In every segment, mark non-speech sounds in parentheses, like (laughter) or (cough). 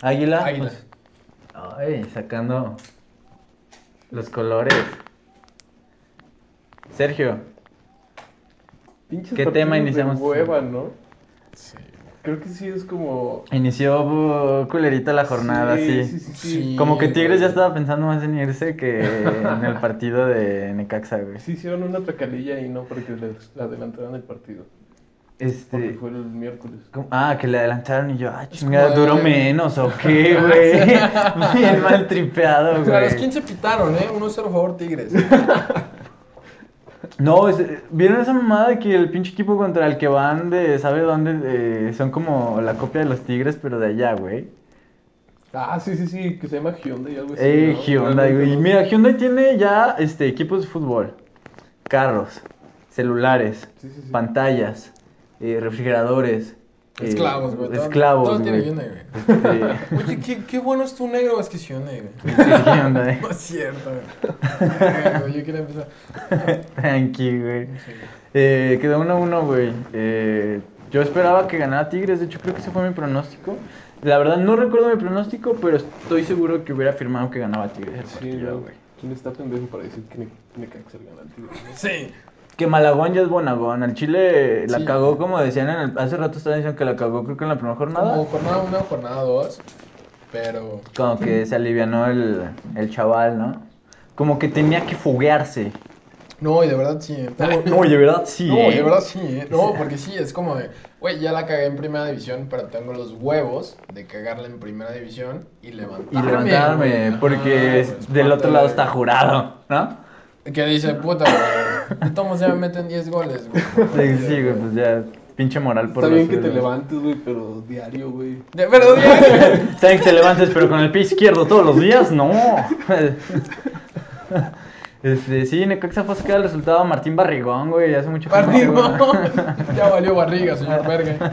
Águila. Águila. pues, ay, sacando los colores. Sergio, Pinches ¿Qué partidos tema de iniciamos? hueva, ¿no? Sí. Creo que sí es como. inició uh, culerita la jornada, sí. Sí, sí, sí. Sí. Como que Tigres ya güey. estaba pensando más en irse que en el partido de Necaxa, güey. Sí hicieron una tacalilla y no porque les la adelantaron el partido. Porque Este. fue el miércoles. ¿cómo? Ah, que le adelantaron y yo, ah, Es chingada, como de- duró menos, ¿o qué, güey? (laughs) Bien mal tripeado, A los güey. 15 pitaron, ¿eh? 1-0 favor Tigres. No, es- ¿vieron esa mamada de que el pinche equipo contra el que van de, ¿sabe dónde? Eh, son como la copia de los Tigres, pero de allá, güey. Ah, sí, sí, sí, que se llama Hyundai y algo así. Eh, ¿no? Hyundai, Realmente güey. no- Mira, Hyundai tiene ya este, equipos de fútbol, carros, celulares, Sí, sí, sí. pantallas, eh, refrigeradores. eh, Esclavos, güey. todo- esclavos, Todo tiene güey. Hyundai, güey. Este, Oye, qué, qué bueno es tu negro Vasquisione, güey. (laughs) sí, Hyundai. No es cierto, güey. (laughs) Verga, güey, Yo quería empezar. Tranqui, güey. Sí, güey. Eh, quedó 1-1, güey. Eh, yo esperaba que ganara Tigres, de hecho creo que ese fue mi pronóstico. La verdad no recuerdo mi pronóstico, pero estoy seguro que hubiera afirmado que ganaba Tigres el Sí, partido, ¿no? güey. ¿Quién está pendejo para decir que Ne- Necaxa gana el tío? Sí. Que Malagón ya es Bonagón. El Chile la Sí. cagó, como decían en el- hace rato, estaban diciendo que la cagó, creo que en la primera jornada. Como jornada 1, jornada 2. Pero. Como que se alivianó el, el chaval, ¿no? Como que tenía que foguearse. No, y de verdad sí. eh. No, no, de verdad sí. No, ¿eh? de verdad sí, ¿eh? No, porque sí, es como de, güey, ya la cagué en primera división, pero tengo los huevos de cagarla en primera división y Y levantarme. güey. levantarme, Ajá, porque pues, del parte otro lado de- está jurado, ¿no? Que dice, puta, güey, de todos modos ya me meten 10 goles, güey. Sí, sí, güey, pues ya, pinche moral por Está bien los que te suelos. levantes, güey, pero diario, güey. De verdad, güey. Está bien que te levantes, pero con el pie izquierdo todos los días, no. (laughs) Este, sí, Necaxa fue sacada el resultado a Martín Barrigón, güey, hace mucho que no Martín, juega. no. (laughs) Ya valió barriga, señor (laughs) verga.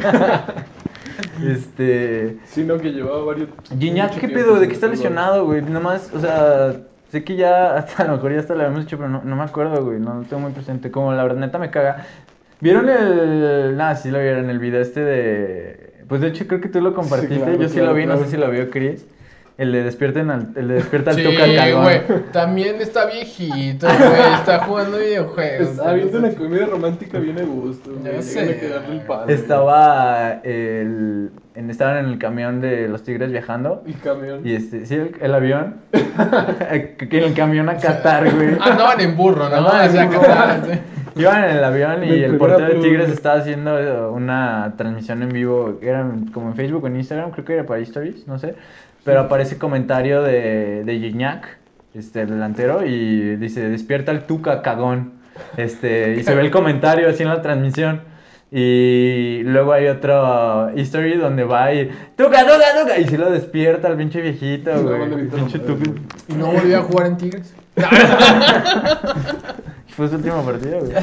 Este. Sino que llevaba varios. Gignac, mucho ¿qué tiempo pedo? ¿De sin qué está hacerlo. lesionado, güey? Nomás, o sea, sé que ya, hasta a lo mejor ya hasta lo habíamos dicho, pero no, no me acuerdo, güey. No lo tengo muy presente. Como la verdad, neta me caga. ¿Vieron el. Nah, sí lo vieron, el video este de. Pues de hecho, creo que tú lo compartiste. claro, Yo sí lo claro, vi, no sé claro. si lo vio Chris. El de despierten al, el de despierta al Sí, Tuca Cagón. güey. También está viejito, güey. Está jugando videojuegos. Está viendo ah, una comedia romántica bien a gusto, güey. Ya llegan sé. a quedarle el padre. Estaba el, en, estaban en el camión de los tigres viajando. güey. El camión. Y este, sí, el, el avión. (laughs) que el camión a Qatar, güey. (laughs) Andaban en burro, ¿no? Andaban en O sea, burro. que estaban, sí. Iban en el avión y Me el pegó portero la de prueba. Tigres estaba haciendo eh, una transmisión en vivo, que era como en Facebook o en Instagram, creo que era para Stories, no sé. Pero aparece comentario de, de Gignac, este, el delantero, y dice, despierta el Tuca, cagón. Este, y se ve el comentario así en la transmisión. Y luego hay otro story donde va y Tuca, Tuca, Tuca. Y si lo despierta el pinche viejito, No, güey. le el grita pinche la madre, Tuca. güey. Y no volvió a jugar en Tigres. Fue su último partido, güey.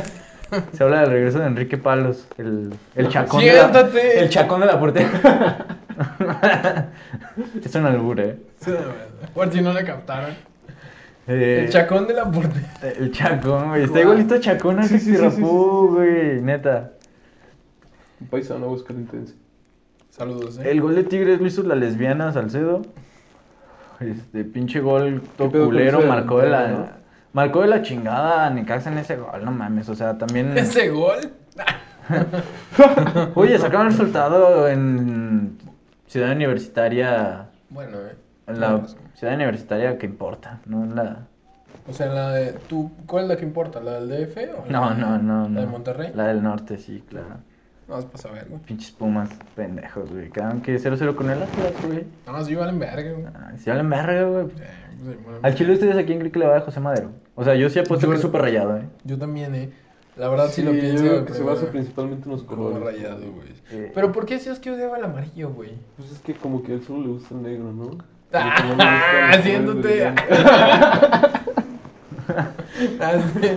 Se habla del regreso de Enrique Palos, el, el chacón. De Siéntate. la, el chacón de la portería. (laughs) es un albur, eh. Por si no le captaron. Eh, El chacón de la portería. El chacón, güey. Está Guau. igualito a chacón a Sí, sí, sí, sí, sí, güey. Neta. Un paisano a buscar intenso. Saludos, eh. El gol de Tigres lo hizo la lesbiana Salcedo. Este pinche gol todo pedo con culero ese marcó de la. delantero, Marcó de la chingada a Necaxa en ese gol, no mames. O sea, (laughs) también. Ese gol. Ah, Oye, sacaron el resultado en Ciudad Universitaria. Bueno, eh. En la ciudad universitaria que importa, no en la... O sea, la de. ¿Tú, ¿Cuál es la que importa? ¿La del DF? O No, la- no, no, no. ¿La de Monterrey? La del norte, sí, claro. No, es para saber, güey. Pinches pumas, pendejos, güey. Quedaron que 0-0 con el Atlas, güey. Nada más viva en verga, güey. Ay, Si hablan verga, güey. Sí, pues, sí, bueno. Al chile ustedes a quién creen que le va a José Madero. O sea, yo sí apuesto Yo- que es súper rayado, eh. Yo también, eh. La verdad sí, lo yo pienso. creo güey, que pero, se basa güey, principalmente en los como colores. rayado, güey. Eh. Pero ¿por qué decías que odiaba el amarillo, güey? Pues es que como que a él solo le gusta el negro, ¿no? (laughs) Ah, Como que no le gustan los haciéndote- colores brillantes. (laughs) (laughs) Ah, sí.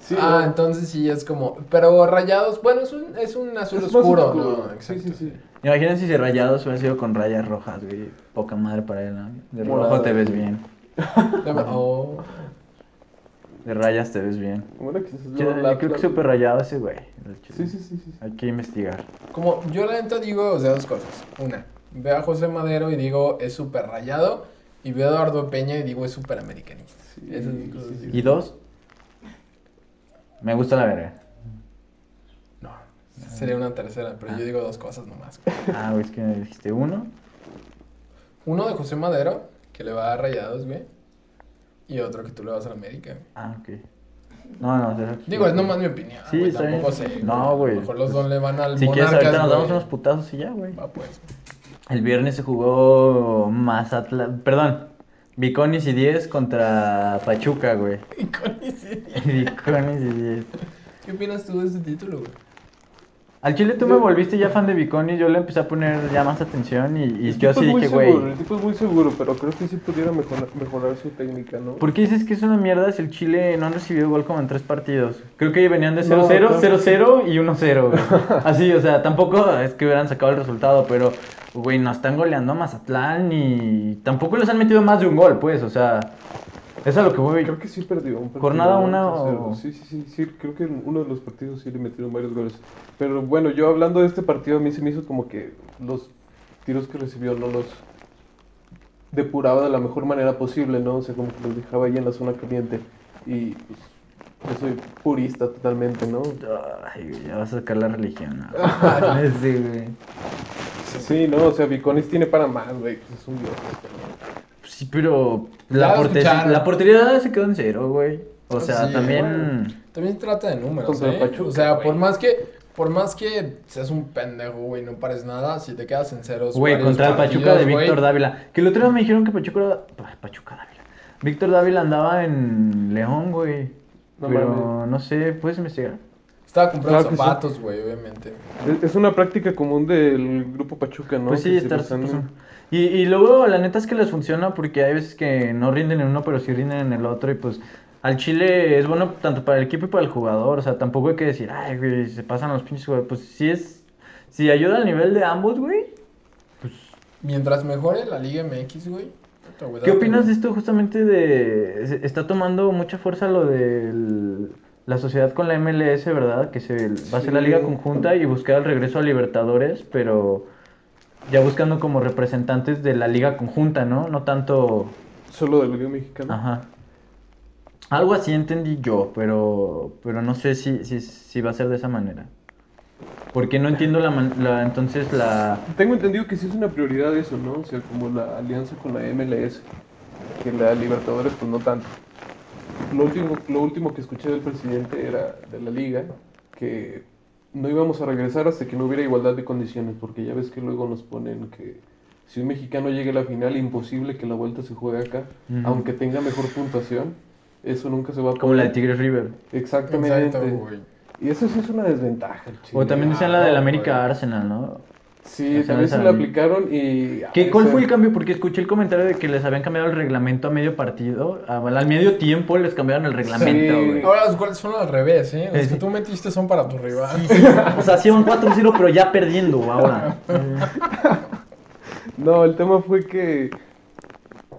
Sí, ah, ¿no? entonces sí es como. Pero rayados, bueno, es un, es un azul Es más oscuro, oscuro. ¿no? Sí, Exacto. sí, sí. Imagínense si rayados hubiera sido con rayas rojas, güey. Poca madre para él, ¿no? De rojo Morado, te ves güey. bien. De- oh. De rayas te ves bien. Bueno, quizás es Yo, lo yo creo del que Atlas, es súper rayado ese, güey. Sí, sí, sí, sí. sí. Hay que investigar. Como yo la neta digo, o sea, dos cosas. Una, Veo a José Madero y digo, es súper rayado. Y veo a Eduardo Peña y digo, es súper americanista. Sí, Eso es lo que sí, sí. Y dos, me gusta la verga. No, sería una tercera, pero yo digo dos cosas nomás. güey. Ah, güey, es que me dijiste uno. Uno de José Madero, que le va a rayados, güey. Y otro que tú le vas a la América, güey. Ah, ok. No, no, te Digo, es nomás mi opinión. Sí, güey, está bien. tampoco sé. No, A lo güey, Mejor los pues, dos le van al Si quieres, Monarcas, ahorita nos damos güey. unos putazos y ya, güey. Va, pues. (laughs) El viernes se jugó Mazatlán, perdón, Viconis y 10 contra Pachuca, güey. (laughs) Y con ese- Viconis y 10. ¿Qué opinas tú de ese título, güey? Al Chile tú me volviste ya fan de Viconis, yo le empecé a poner ya más atención y, y yo sí es muy dije, seguro, güey, El tipo es muy seguro, pero creo que sí pudiera mejorar, mejorar su técnica, ¿no? ¿por qué dices que es una mierda si el Chile no han recibido gol como en tres partidos? Creo que venían de 0-0, No, claro que 0-0 y 1-0, güey. Así, o sea, tampoco es que hubieran sacado el resultado, pero, güey, nos están goleando a Mazatlán y tampoco les han metido más de un gol, pues, o sea, es a lo que voy. Creo que sí perdió un partido. Jornada ¿no? una Tercero. o- Sí, sí, sí, sí, creo que en uno de los partidos sí le metieron varios goles. Pero bueno, yo hablando de este partido, a mí se me hizo como que los tiros que recibió no los depuraba de la mejor manera posible, ¿no? O sea, como que los dejaba ahí en la zona caliente. Y pues, yo soy purista totalmente, ¿no? Ay, güey, ya vas a sacar la religión. ¿no? sí, güey. Sí, no, o sea, Viconis tiene para más, güey. pues, es un dios. Sí, pero Ya la, lo porte- escucharon. la portería se quedó en cero, güey. O Pues sea, sí, también. También se trata de números, Contra ¿eh? Pachuca, o sea, güey. por más que por más que seas un pendejo, güey, no pares nada, si te quedas en ceros Güey, varios contra el Pachuca de partidos, güey, Víctor Dávila. Que el otro día me dijeron que Pachuca. Pa- Pachuca Dávila. Víctor Dávila andaba en León, güey. No pero mames. no sé, ¿puedes investigar? Estaba comprando Claro que sí. zapatos, güey, obviamente. Es- Es una práctica común del grupo Pachuca, ¿no? Pues sí, Que se estar pasan- pues, y, y luego la neta es que les funciona porque hay veces que no rinden en uno, pero sí rinden en el otro. Y pues al Chile es bueno tanto para el equipo y para el jugador. O sea, tampoco hay que decir, ay, güey, se pasan los pinches jugadores. Pues sí es. Si ayuda al nivel de ambos, güey. pues Mientras mejore la Liga MX, güey. puta, güey, ¿Qué date, opinas de este güey. esto justamente de... se- Está tomando mucha fuerza lo de la sociedad con la MLS, ¿verdad? Que se va a ser la Sí. liga conjunta y buscar el regreso a Libertadores, pero ya buscando como representantes de la liga conjunta, ¿no? No tanto... Solo del Liga Mexicana. Ajá. Algo así entendí yo, pero, pero no sé si, si, si va a ser de esa manera. Porque no entiendo la, man- la- entonces la... Tengo entendido que sí es una prioridad eso, ¿no? O sea, como la alianza con la MLS, que la Libertadores pues no tanto. Lo último, lo último que escuché del presidente era de la liga, que no íbamos a regresar hasta que no hubiera igualdad de condiciones, porque ya ves que luego nos ponen que si un mexicano llega a la final, imposible que la vuelta se juegue acá, Ujú. aunque tenga mejor puntuación, eso nunca se va a Como la de poder. Tigres River. Exactamente. Exacto, güey. y eso sí es una desventaja. el O chile. también decían la del Ah, América güey. Arsenal, ¿no? Sí, O sea, también esa- se la aplicaron y... ¿Qué, ay, ¿Cuál se- fue el cambio? Porque escuché el comentario de que les habían cambiado el reglamento a medio partido. a- Al medio tiempo les cambiaron el reglamento, Sí. güey. Ahora los goles son al revés, ¿eh? Los Sí, que sí. tú metiste son para tu rival. O sea, sí iban 4-0, pero ya perdiendo (laughs) ahora. No, el tema fue que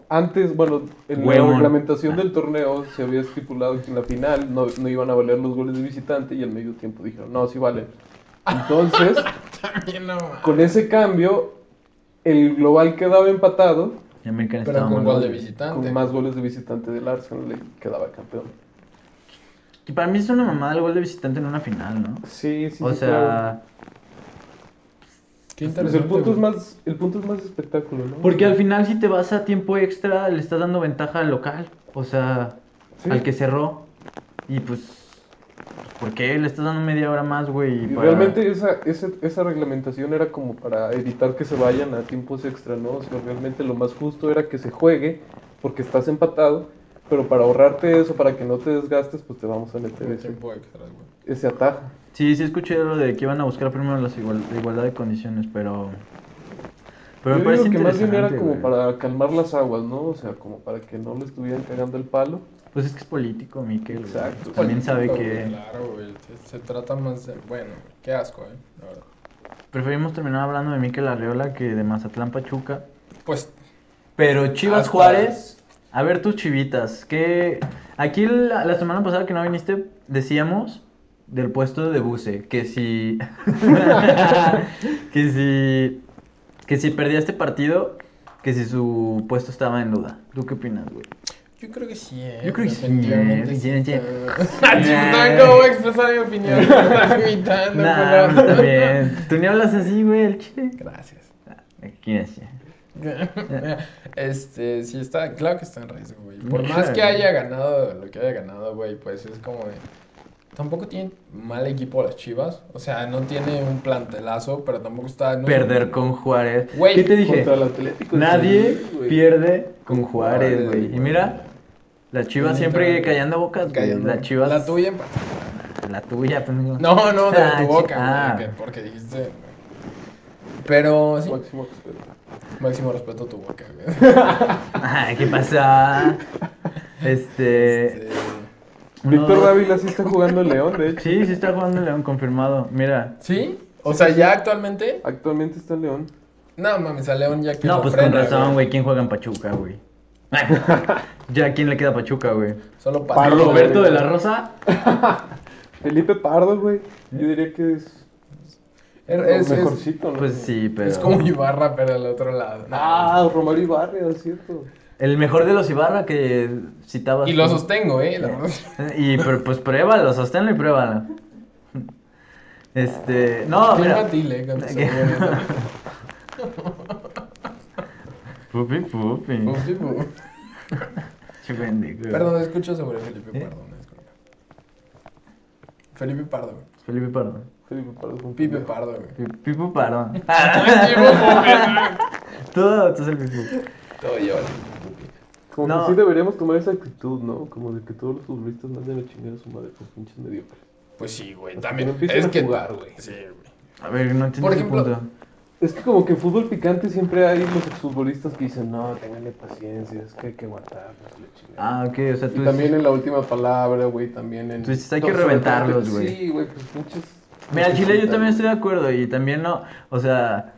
antes, bueno, en Huevón. la reglamentación del torneo se había estipulado que en la final no, no iban a valer los goles de visitante y al medio tiempo dijeron, no, sí valen. (laughs) Entonces, (laughs) También no mames. con ese cambio, el global quedaba empatado Y América Pero estaba con muy gol mal. de visitante. con más goles de visitante del Arsenal y quedaba campeón. Que para mí es una mamada el gol de visitante en una final, ¿no? Sí, sí, O sí, claro. sea, Qué Pues interesante. el punto es güey. más, el punto es más espectáculo, ¿no? porque al final si te vas a tiempo extra le estás dando ventaja al local. O sea, Sí. al que cerró. Y pues, ¿por qué le estás dando media hora más, güey? Y para- realmente esa, esa, esa reglamentación era como para evitar que se vayan a tiempos extra, ¿no? O sea, realmente lo más justo era que se juegue porque estás empatado, pero para ahorrarte eso, para que no te desgastes, pues te vamos a meter Un ese, tiempo extra, güey. ese atajo. Sí, sí escuché lo de que iban a buscar primero la igualdad de condiciones, pero... Pero me Yo digo parece que más bien era interesante, como güey. para calmar las aguas, ¿no? O sea, como para que no le estuvieran cagando el palo. Pues es que es político, Miquel. güey. Exacto. También sabe Político, güey, que... Claro, güey. Se, se trata más de. Bueno, güey, qué asco, ¿eh? La verdad. Preferimos terminar hablando de Miquel Arreola que de Mazatlán Pachuca. Pues Pero Chivas Hasta- Juárez, a ver tus chivitas, que aquí la, la semana pasada que no viniste decíamos del (laughs) puesto de Buse, que si que si que si perdía este partido, que si su puesto estaba en duda. ¿Tú qué opinas, güey? Yo creo que sí, ¿eh? Yo creo que sí, Definitivamente sí, sí. está- Ah, chingón, ¿Cómo voy a expresar mi opinión? Me estás imitando, Nah, por está favor. bien. Tú ni hablas así, güey, el chile. Gracias. Aquí así. (laughs) Este, sí está, claro que está en riesgo, (laughs) güey. Por Ujú. más que haya ganado lo que haya ganado, güey, pues es como de... Tampoco tiene mal equipo las Chivas. O sea, no tiene un plantelazo, pero tampoco está... no- Perder con Juárez. Güey, ¿Qué te dije? Contra el Atlético. de Nadie Madrid, güey. pierde con Juárez, Juárez, güey. Y güey. mira, las chivas siempre callando bocas, güey. Callando. Las chivas. La tuya en particular. La tuya, pendejo. No, no, de Ah, tu chi- boca, güey, ah. que- porque dijiste. Pero sí, Máximo respeto. máximo respeto a tu boca, güey. Ay, ah, ¿qué pasa? Este. Este, Víctor uno- Dávila sí está jugando en León, de hecho. Sí, sí está jugando León, confirmado. Mira. ¿Sí? O sea, ya actualmente. Actualmente está en León. No mames, a León ya que No, lo pues con frena, razón, güey. ¿Quién juega en Pachuca, güey? ya, ¿quién le queda a Pachuca, güey? Solo ¿A pasa. Pardo, Roberto güey. de la Rosa? Felipe Pardo, güey. Yo diría que es lo Es, es- es, mejorcito, ¿no? Pues sí, pero. es como Ibarra, pero al otro lado. Ah, Romario Ibarra, es cierto. El mejor de los Ibarra que citabas. Y lo tú. sostengo, ¿eh? La verdad. Y pero, pues pruébalo, sosténlo y pruébalo. Este. No, Qué mira. infantil, eh, con tus ¿Qué? opiniones. Pupi, pupi. Uf, tipo. Che, pendejo. Perdón, escucho sobre Felipe Pardo, una disculpa. Felipe Pardo, güey. Felipe Pardo. Felipe Pardo. es un Pipe pendejo. Pardo, güey. Pi- Pipu Pardo. Todo Todo, todo es el Pipu. yo. Como No. que sí deberíamos tomar esa actitud, ¿no? Como de que todos los futbolistas manden a chingar a su madre por pinches mediocres. Pues sí, güey, Hasta también. que no empiecen es a que jugar, güey. Sí, güey. A ver, no entiendo Por ese ejemplo- punto. Es que como que en fútbol picante siempre hay los futbolistas que dicen, no, ténganle paciencia, es que hay que aguantar, pues, la chingada". Ah, ok, o sea, tú. Y también en la última palabra, güey, también en... Tú dices, Pues hay que Sobre todo- reventarlos, güey. Sí, güey, pues pinches... Mira, al Chile yo pinches- también estoy de acuerdo y también no, o sea,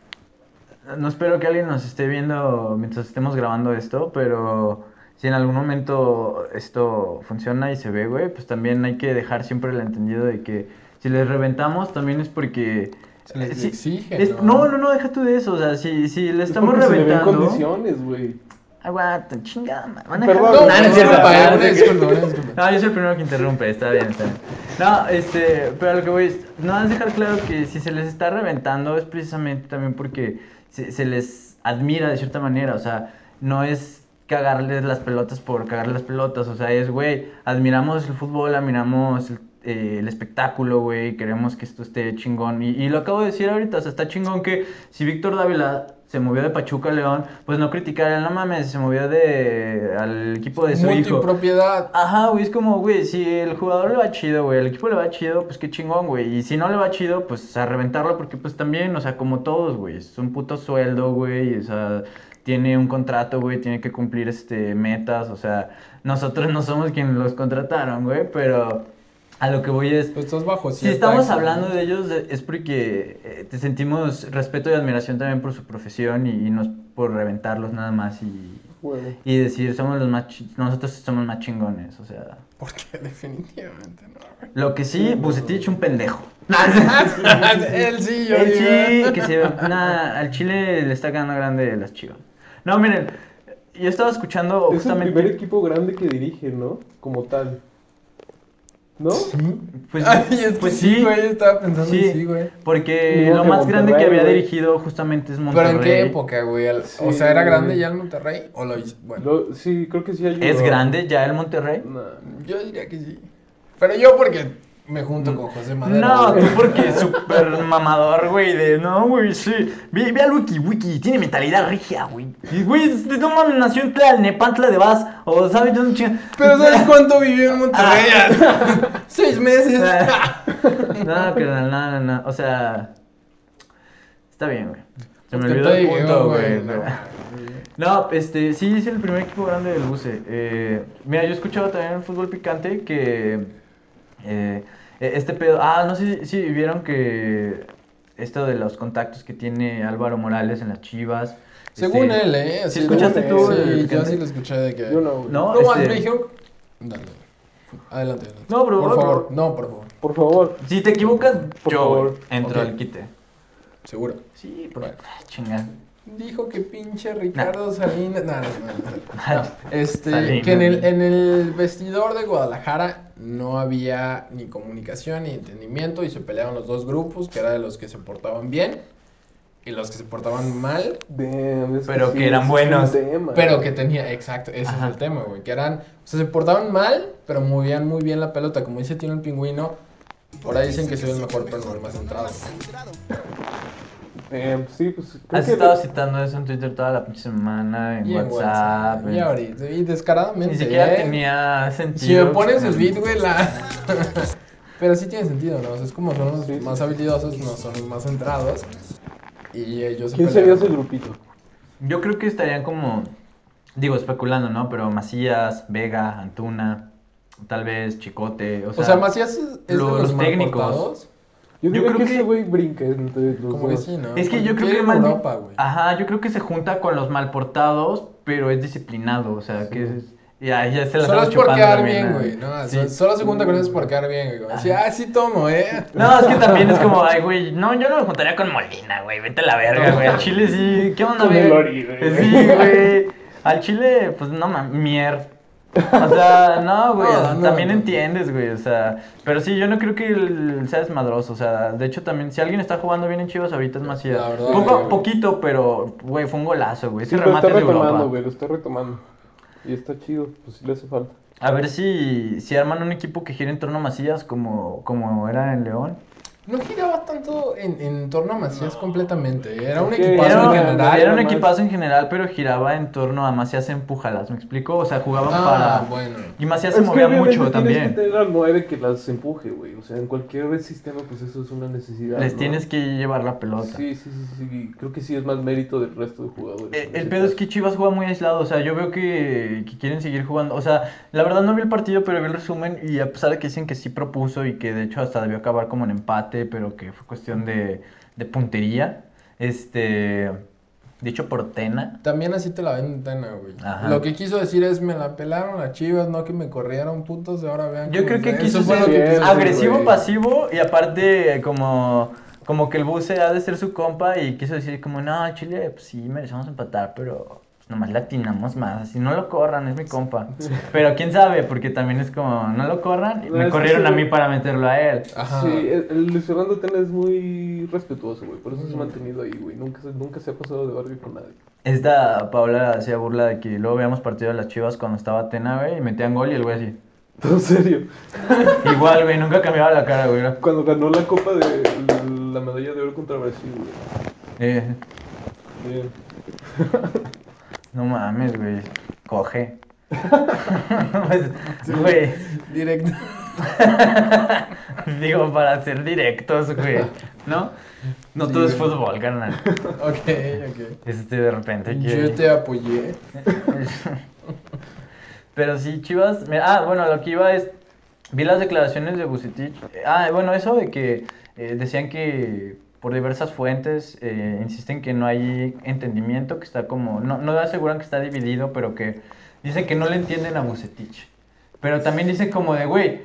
no espero que alguien nos esté viendo mientras estemos grabando esto, pero si en algún momento esto funciona y se ve, güey, pues también hay que dejar siempre el entendido de que si les reventamos también es porque... Se les eh, sí, exige, es- ¿no? no, no, no, deja tú de eso, o sea, si, si le Es estamos porque se le ven reventando... condiciones, güey. Aguanta, chingada, ma- van a Perdón, dejar- Nah, No, no es perdón, cierto, perdón, nah, no es una cierto. disculpa, (laughs) una disculpa. No, Ah, yo soy el primero que interrumpe, está bien, está bien. No, este, pero lo que voy es, no es dejar claro que si se les está reventando es precisamente también porque se, se les admira de cierta manera, o sea, no es cagarles las pelotas por cagarles las pelotas, o sea, es, güey, admiramos el fútbol, admiramos el, eh, el espectáculo, güey, queremos que esto esté chingón, y, y lo acabo de decir ahorita, o sea, está chingón que si Víctor Dávila se movió de Pachuca a León, pues no criticar, no mames, se movió de al equipo de su hijo. Multipropiedad. Ajá, güey, es como, güey, si el jugador le va chido, güey, el equipo le va chido, pues qué chingón, güey. Y si no le va chido, pues a reventarlo, porque pues también, o sea, como todos, güey, es un puto sueldo, güey, o sea, tiene un contrato, güey, tiene que cumplir, este, metas, o sea, nosotros no somos quienes los contrataron, güey, pero a lo que voy es... Pues estás bajo Si estamos hablando de ellos eh, es porque eh, te sentimos respeto y admiración también por su profesión y, y no es por reventarlos nada más y, Bueno. y decir somos los más chi- nosotros somos más chingones, o sea, Porque definitivamente no. güey. lo que sí, Bucetich un pendejo. (laughs) Él sí, yo El digo. ¿eh? chi- que se- nah, al Chile le está quedando grande las chivas. No, miren, yo estaba escuchando Es el primer justamente equipo grande que dirige, ¿no? Como tal. ¿No? pues, Ay, es que pues sí, sí, güey, estaba pensando sí. en sí, güey. porque Digo lo que más grande que Monterrey, había güey. dirigido justamente es ¿Pero Monterrey. en qué época, güey? Al- O Sí, sea, ¿era güey. grande ya el Monterrey? ¿O lo hizo? Bueno, Lo- sí, creo que sí ayudó. ¿Es grande ya el Monterrey? Nah. yo diría que sí. Pero yo porque me junto con José Madero. No, güey. tú porque súper mamador, güey, de no, güey, sí. Ve, ve al Wiki Wiki, tiene mentalidad regia, güey. Y, Güey, este, no mames, nació en Tlalnepantla de Vaz, o sabes dónde chinga. Pero (laughs) ¿sabes cuánto vivió en Monterrey? Ah. (laughs) Seis meses. (laughs) No, carnal, no, no, no, o sea. Está bien, güey. Se me Te olvidó el digo, punto, güey. no. No, este, sí, es el primer equipo grande del buce. Eh, mira, yo he escuchado también en fútbol picante que eh, e- este pedo. Ah, no sé si, si vieron que esto de los contactos que tiene Álvaro Morales en las Chivas. Según este, él, ¿eh? ¿Sí Así escuchaste de- tú Sí, el yo picante? sí lo escuché de que... Yo no, güey. No, No, este, me dijeron... Dale. Adelante, adelante. No, pero- Por no, favor. pero- No, por favor. Por favor. Si te equivocas, Por yo favor. entro Ok. al quite. Seguro. Sí, ah, por- chingada. Dijo que pinche Ricardo Salinas. No, no, no, no. Ay, Este, Salinas. que en el, en el vestidor de Guadalajara no había ni comunicación ni entendimiento y se peleaban los dos grupos, que era de los que se portaban bien y los que se portaban mal, Damn, es Pero sí, que eran ese es un buenos. tema. pero que tenía, exacto, ese Ajá. es el tema, güey, que eran, o sea, se portaban mal, pero movían muy bien la pelota, como dice Tino el Pingüino, por ahí dicen que soy el mejor, pero no el más centrado. Damn, sí, pues. creo Has que- estado citando eso en Twitter toda la pinche semana, en Y en WhatsApp. WhatsApp, en- Y ahorita, y descaradamente, Ni siquiera ¿eh? tenía Si sentido. me pones el beat, vídeo güey, la... (laughs) Pero sí tiene sentido, ¿no? O sea, es como son los Sí. más habilidosos, no son los más centrados. Y ellos se ¿Quién sería pelean. ese grupito? Yo creo que estarían como, digo, especulando, ¿no? Pero Macías, Vega, Antuna, tal vez Chicote, o O sea... sea, Macías es, es de Ah, los los, técnicos. técnicos. Yo Yo, diría creo que, que- ese güey brinca entre los Como que dos. sí, ¿no? Es que yo creo Quiere que ir más bien- Ah, Europa, güey. Ajá, yo creo que se junta con los malportados, pero es disciplinado, o sea, que es... Ya, ya se la Solo estaba es por chupando quedar también, bien, ¿no? güey. No, Sí. so- solo se junta con eso por quedar bien, güey. Como Así, ah, sí tomo, eh. No, es que también es como, ay, güey, no, yo no me juntaría con Molina, güey, vete a la verga, güey, al Chile sí, ¿qué onda, Con güey? el Oribe, güey. Sí, güey, al Chile, pues no mames, mier. O sea, no, güey, o sea, (laughs) No, no, también no. entiendes, güey, o sea, pero sí, yo no creo que el- sea desmadroso, o sea, de hecho también, si alguien está jugando bien en Chivas ahorita es Macías. La verdad, Poco, güey. poquito, pero, güey, fue un golazo, güey, Sí, ese lo remate está es de Europa. retomando, güey, lo está retomando. Y está chido, pues sí le hace falta. A ver si, si arman un equipo que gire en torno a Macías como, como era en León. No giraba tanto en, en torno a Macías completamente. Era un Ok, equipazo Era, en un- general. era un nomás. equipazo en general, pero giraba en torno a Macías Empújalas, ¿me explico? O sea, jugaban Ah, para... bueno. Y Macías se movía obviamente mucho Tienes que también. tener al 9 que las empuje, güey. O sea, en cualquier sistema, pues eso es una necesidad. Les ¿no? tienes que llevar la pelota. Sí, sí, sí, sí, sí. Creo que sí es más mérito del resto de jugadores. Eh, en El ese pedo es caso. que Chivas juega muy aislado, o sea, yo veo que, que quieren seguir jugando, o sea, la verdad no vi el partido, pero vi el resumen y a pesar de que dicen que sí propuso y que de hecho hasta debió acabar como en empate, pero que fue cuestión de, de puntería, este, dicho por Tena, También así te la venden, Tena, güey. Ajá. Lo que quiso decir es, me la pelaron a Chivas, no que me corrieron putos, ahora vean yo cómo creo que está". quiso Eso fue ser lo que quiso decir, agresivo, güey. pasivo y aparte como, como que el buce ha de ser su compa y quiso decir como, no, Chile, pues sí, merecemos empatar, pero... pues, Nomás latinamos más, así no lo corran, es mi compa. Pero quién sabe, porque también es como, no lo corran, y No, me es que corrieron sí, a güey. mí para meterlo a él. Ajá. Sí, el, el Luis Fernando Tena es muy respetuoso, güey. Por eso se ha mantenido ahí, güey. Nunca, se- nunca se ha pasado de barrio con nadie. (laughs) Esta Paula hacía burla de que luego veíamos partido de las chivas cuando estaba Tena, güey, y metían gol y el güey así. En serio. Igual, güey, nunca cambiaba la cara, güey. era, Cuando ganó la Copa de la medalla de oro contra Brasil, güey. eh, Bien. no mames, güey. (laughs) Coge. Pues, Güey. Directo. (laughs) Digo, para ser directos, güey. ¿No? No Sí, todo es güey. fútbol, carnal. ok, Este de repente ok. que- Yo te apoyé. (laughs) (laughs) Pero sí, Chivas. me- Ah, bueno, lo que iba es. Vi las declaraciones de Bucetich. Eh, Ah, bueno, eso de que eh, decían que por diversas fuentes eh, insisten que no hay entendimiento, que está como. No, no aseguran que está dividido, pero que dicen que no le entienden a Bucetich. Pero también dicen como de, güey,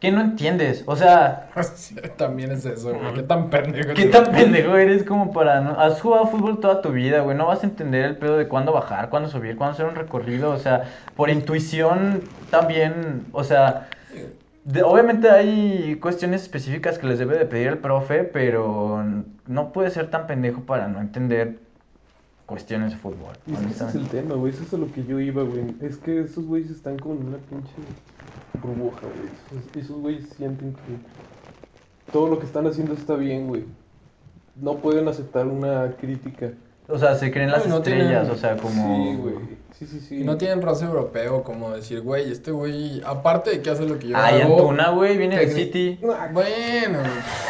¿qué no entiendes? O sea, Ah, Sí, También es eso, güey. Qué tan pendejo. ¿Qué es, tan güey. pendejo eres como para... No... Has jugado fútbol toda tu vida, güey. No vas a entender el pedo de cuándo bajar, cuándo subir, cuándo hacer un recorrido. O sea, por intuición también... O sea, de- obviamente hay cuestiones específicas que les debe de pedir el profe, pero no puede ser tan pendejo para no entender cuestiones de fútbol. Y es que ese es el honestamente. tema, güey. Eso es a lo que yo iba, güey. Es que esos güeyes están como en una pinche burbuja, güey. Esos- Esos güeyes sienten que todo lo que están haciendo está bien, güey. No pueden aceptar una crítica. O sea, se creen las No, no tienen- estrellas, o sea, como... Sí, güey. Sí, sí, sí. Y no tienen roce europeo, como decir, güey, este güey, aparte de que hace lo que yo Ay, hago. Antuna, güey, viene de tecni- City. Ah, Bueno,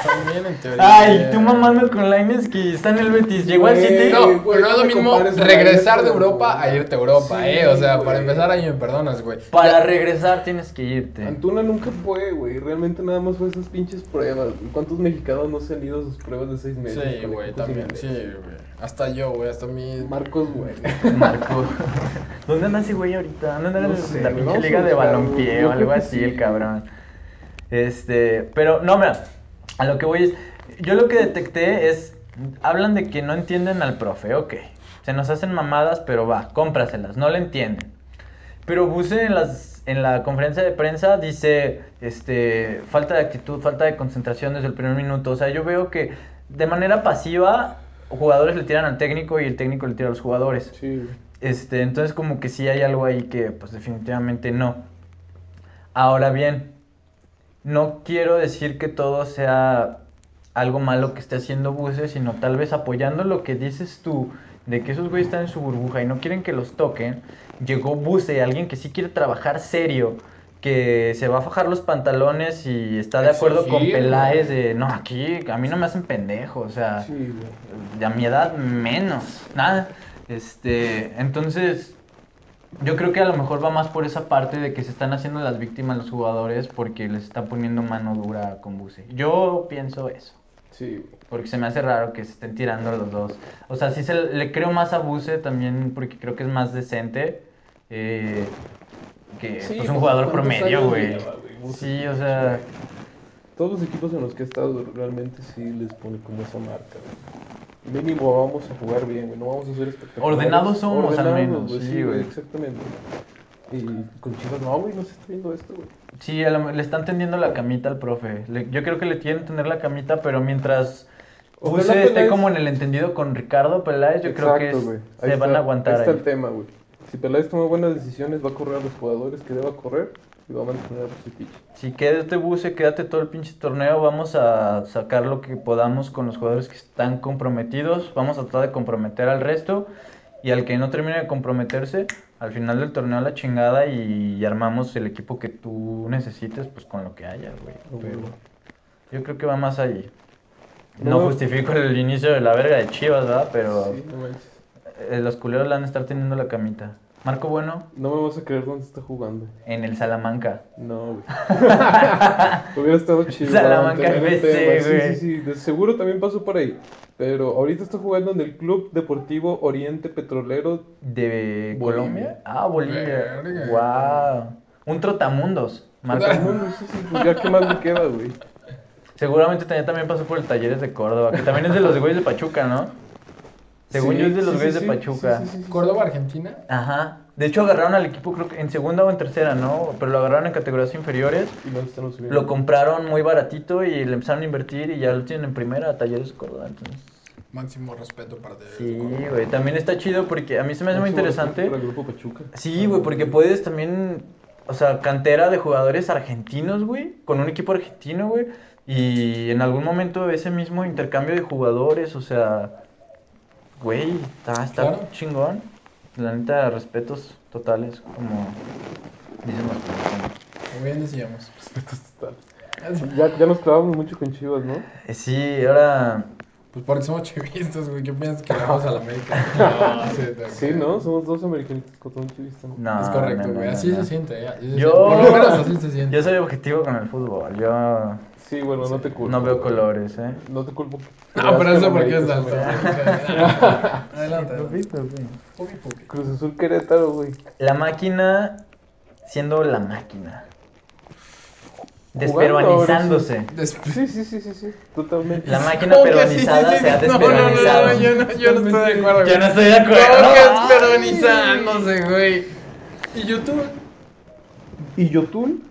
también en teoría. Ay, tú mamando con Lainez que está en el Betis. Llegó al Güey, City. No, pero no güey, es no lo me mismo compares a regresar la de Inter, Europa güey. a irte a Europa, Sí, ¿eh? O sea, güey. para empezar, ahí me perdonas, güey. Para regresar tienes que irte. Antuna nunca fue, güey. Realmente nada más fue esas pinches pruebas. güey. ¿Cuántos mexicanos no se han ido a sus pruebas de seis meses? Sí, con güey, equipos también, sí, ingleses? güey. Hasta yo, güey, hasta mi... Marcos, (laughs) güey. Marco. ¿Dónde anda ese güey ahorita? ¿Dónde anda No en sé, la güey, pinche vamos a liga de buscarlo. balompié Yo o algo creo que así, sí. el cabrón? Este, pero no, mira, a lo que voy es, yo lo que detecté es Hablan de que no entienden al profe, ok. Se nos hacen mamadas, pero va, cómpraselas, no le entienden. Pero Buse en, las, en la conferencia de prensa dice, este, falta de actitud, falta de concentración desde el primer minuto. O sea, yo veo que de manera pasiva, jugadores le tiran al técnico y el técnico le tira a los jugadores. Sí. Este, entonces como que sí hay algo ahí que pues definitivamente no. Ahora bien, no quiero decir que todo sea algo malo que esté haciendo Buse, sino tal vez apoyando lo que dices tú de que esos güeyes están en su burbuja y no quieren que los toquen. Llegó Buse, alguien que sí quiere trabajar serio, que se va a fajar los pantalones y está de acuerdo con Exigir, ¿no? Peláez de, no, aquí a mí no me hacen pendejo, o sea, Sí, güey. de a mi edad menos, nada. Este, entonces, yo creo que a lo mejor va más por esa parte de que se están haciendo las víctimas los jugadores porque les está poniendo mano dura con Buse. Yo pienso eso, Sí, güey. porque se me hace raro que se estén tirando los dos. O sea, sí se le le creo más a Buse también porque creo que es más decente eh, que Sí, pues, un pues, jugador ¿cuántos promedio, años güey. lleva, güey? Buse? Sí, o sea, Todos los equipos en los que he estado realmente sí les pone como esa marca. güey. Mínimo vamos a jugar bien, güey, no vamos a ser espectaculares. Ordenados somos, al Ordenados, menos, güey, sí, sí, güey, güey. exactamente. Y con Chivas, no, güey, no se está viendo esto, güey. Sí, a la- le están tendiendo la camita al profe. Le- yo creo que le quieren tender la camita, pero mientras Ojalá Buse esté Peláez- Pues como en el entendido con Ricardo Peláez, yo creo que Exacto, es- güey. se Ahí van está, a aguantar ahí está ahí. el tema, güey. Si Peláez toma buenas decisiones, va a correr a los jugadores que deba correr y va a mantener a su pitch. Si quédate Buse, quédate todo el pinche torneo, vamos a sacar lo que podamos con los jugadores que están comprometidos, vamos a tratar de comprometer al resto y al que no termine de comprometerse, al final del torneo a la chingada y, armamos el equipo que tú necesites, pues con lo que haya, güey. Pero- Yo creo que va más allí. No, No. justifico el inicio de la verga de Chivas, ¿verdad? Pero Sí, no manches. eh, los culeros la van a estar teniendo la camita. Marco Bueno No me vas a creer dónde está jugando. en el Salamanca. No, (laughs) güey. Hubiera estado chido. Salamanca mantener el FC, tema. güey. Sí, sí, sí. De seguro también pasó por ahí. Pero ahorita está jugando en el Club Deportivo Oriente Petrolero. ¿De Bolivia. Colombia? Ah, Bolivia. Verga. Wow. Un (laughs) trotamundos. Marco Ah. Bueno. No, no sé si pues ya qué más me queda, güey. Seguramente también, también pasó por el Talleres de Córdoba, que también es de los güeyes de Pachuca, ¿no? Según Sí, yo es de los sí, güeyes sí, de sí, Pachuca. sí, sí, sí, sí. Córdoba, Argentina. Ajá. De hecho agarraron al equipo creo que en segunda o en tercera, ¿no? Pero lo agarraron en categorías inferiores. Y no están subiendo. Lo compraron muy baratito y le empezaron a invertir y ya lo tienen en primera, Talleres de Córdoba. Entonces. Máximo respeto para ti. Sí, güey, también está chido porque a mí se me hace muy Máximo interesante. respeto para el grupo Pachuca. Sí, güey, porque puedes también, o sea, cantera de jugadores argentinos, güey, con un equipo argentino, güey, y en algún momento ese mismo intercambio de jugadores, o sea, güey, está, está Claro. chingón. La neta, respetos totales, como dicen los mexicanos. Muy bien decíamos. (laughs) Ya, ya nos clavamos mucho con Chivas, ¿no? Eh, Sí, ahora (laughs) Pues porque somos chivistas, güey. ¿Qué piensas que le vamos a la (laughs) América? No, sí, te- Sí, ¿no? Somos dos americanistas contra un chivista. ¿no? no. Es no, correcto, no, güey. no, Así no. se siente. ya, así se Yo- siente. Por lo menos así se siente. Yo soy objetivo con el fútbol, yo Sí, bueno, no te culpo. no veo colores, ¿eh? No te culpo. No, Ah, pero eso porque es América, alto. (laughs) Adelante. adelante. Pupi, pupi. Cruz Azul Querétaro, güey. La máquina siendo la máquina. Jugando ahora Desperuanizándose. Después. Sí, sí, sí, sí, sí, totalmente. La máquina peronizada se ha desperonizado. No, no, no, yo no, yo no estoy de acuerdo. Yo no estoy de güey. acuerdo. ¿Cómo Ay. que es peronizándose, güey? ¿Y YouTube? ¿Y Yotun?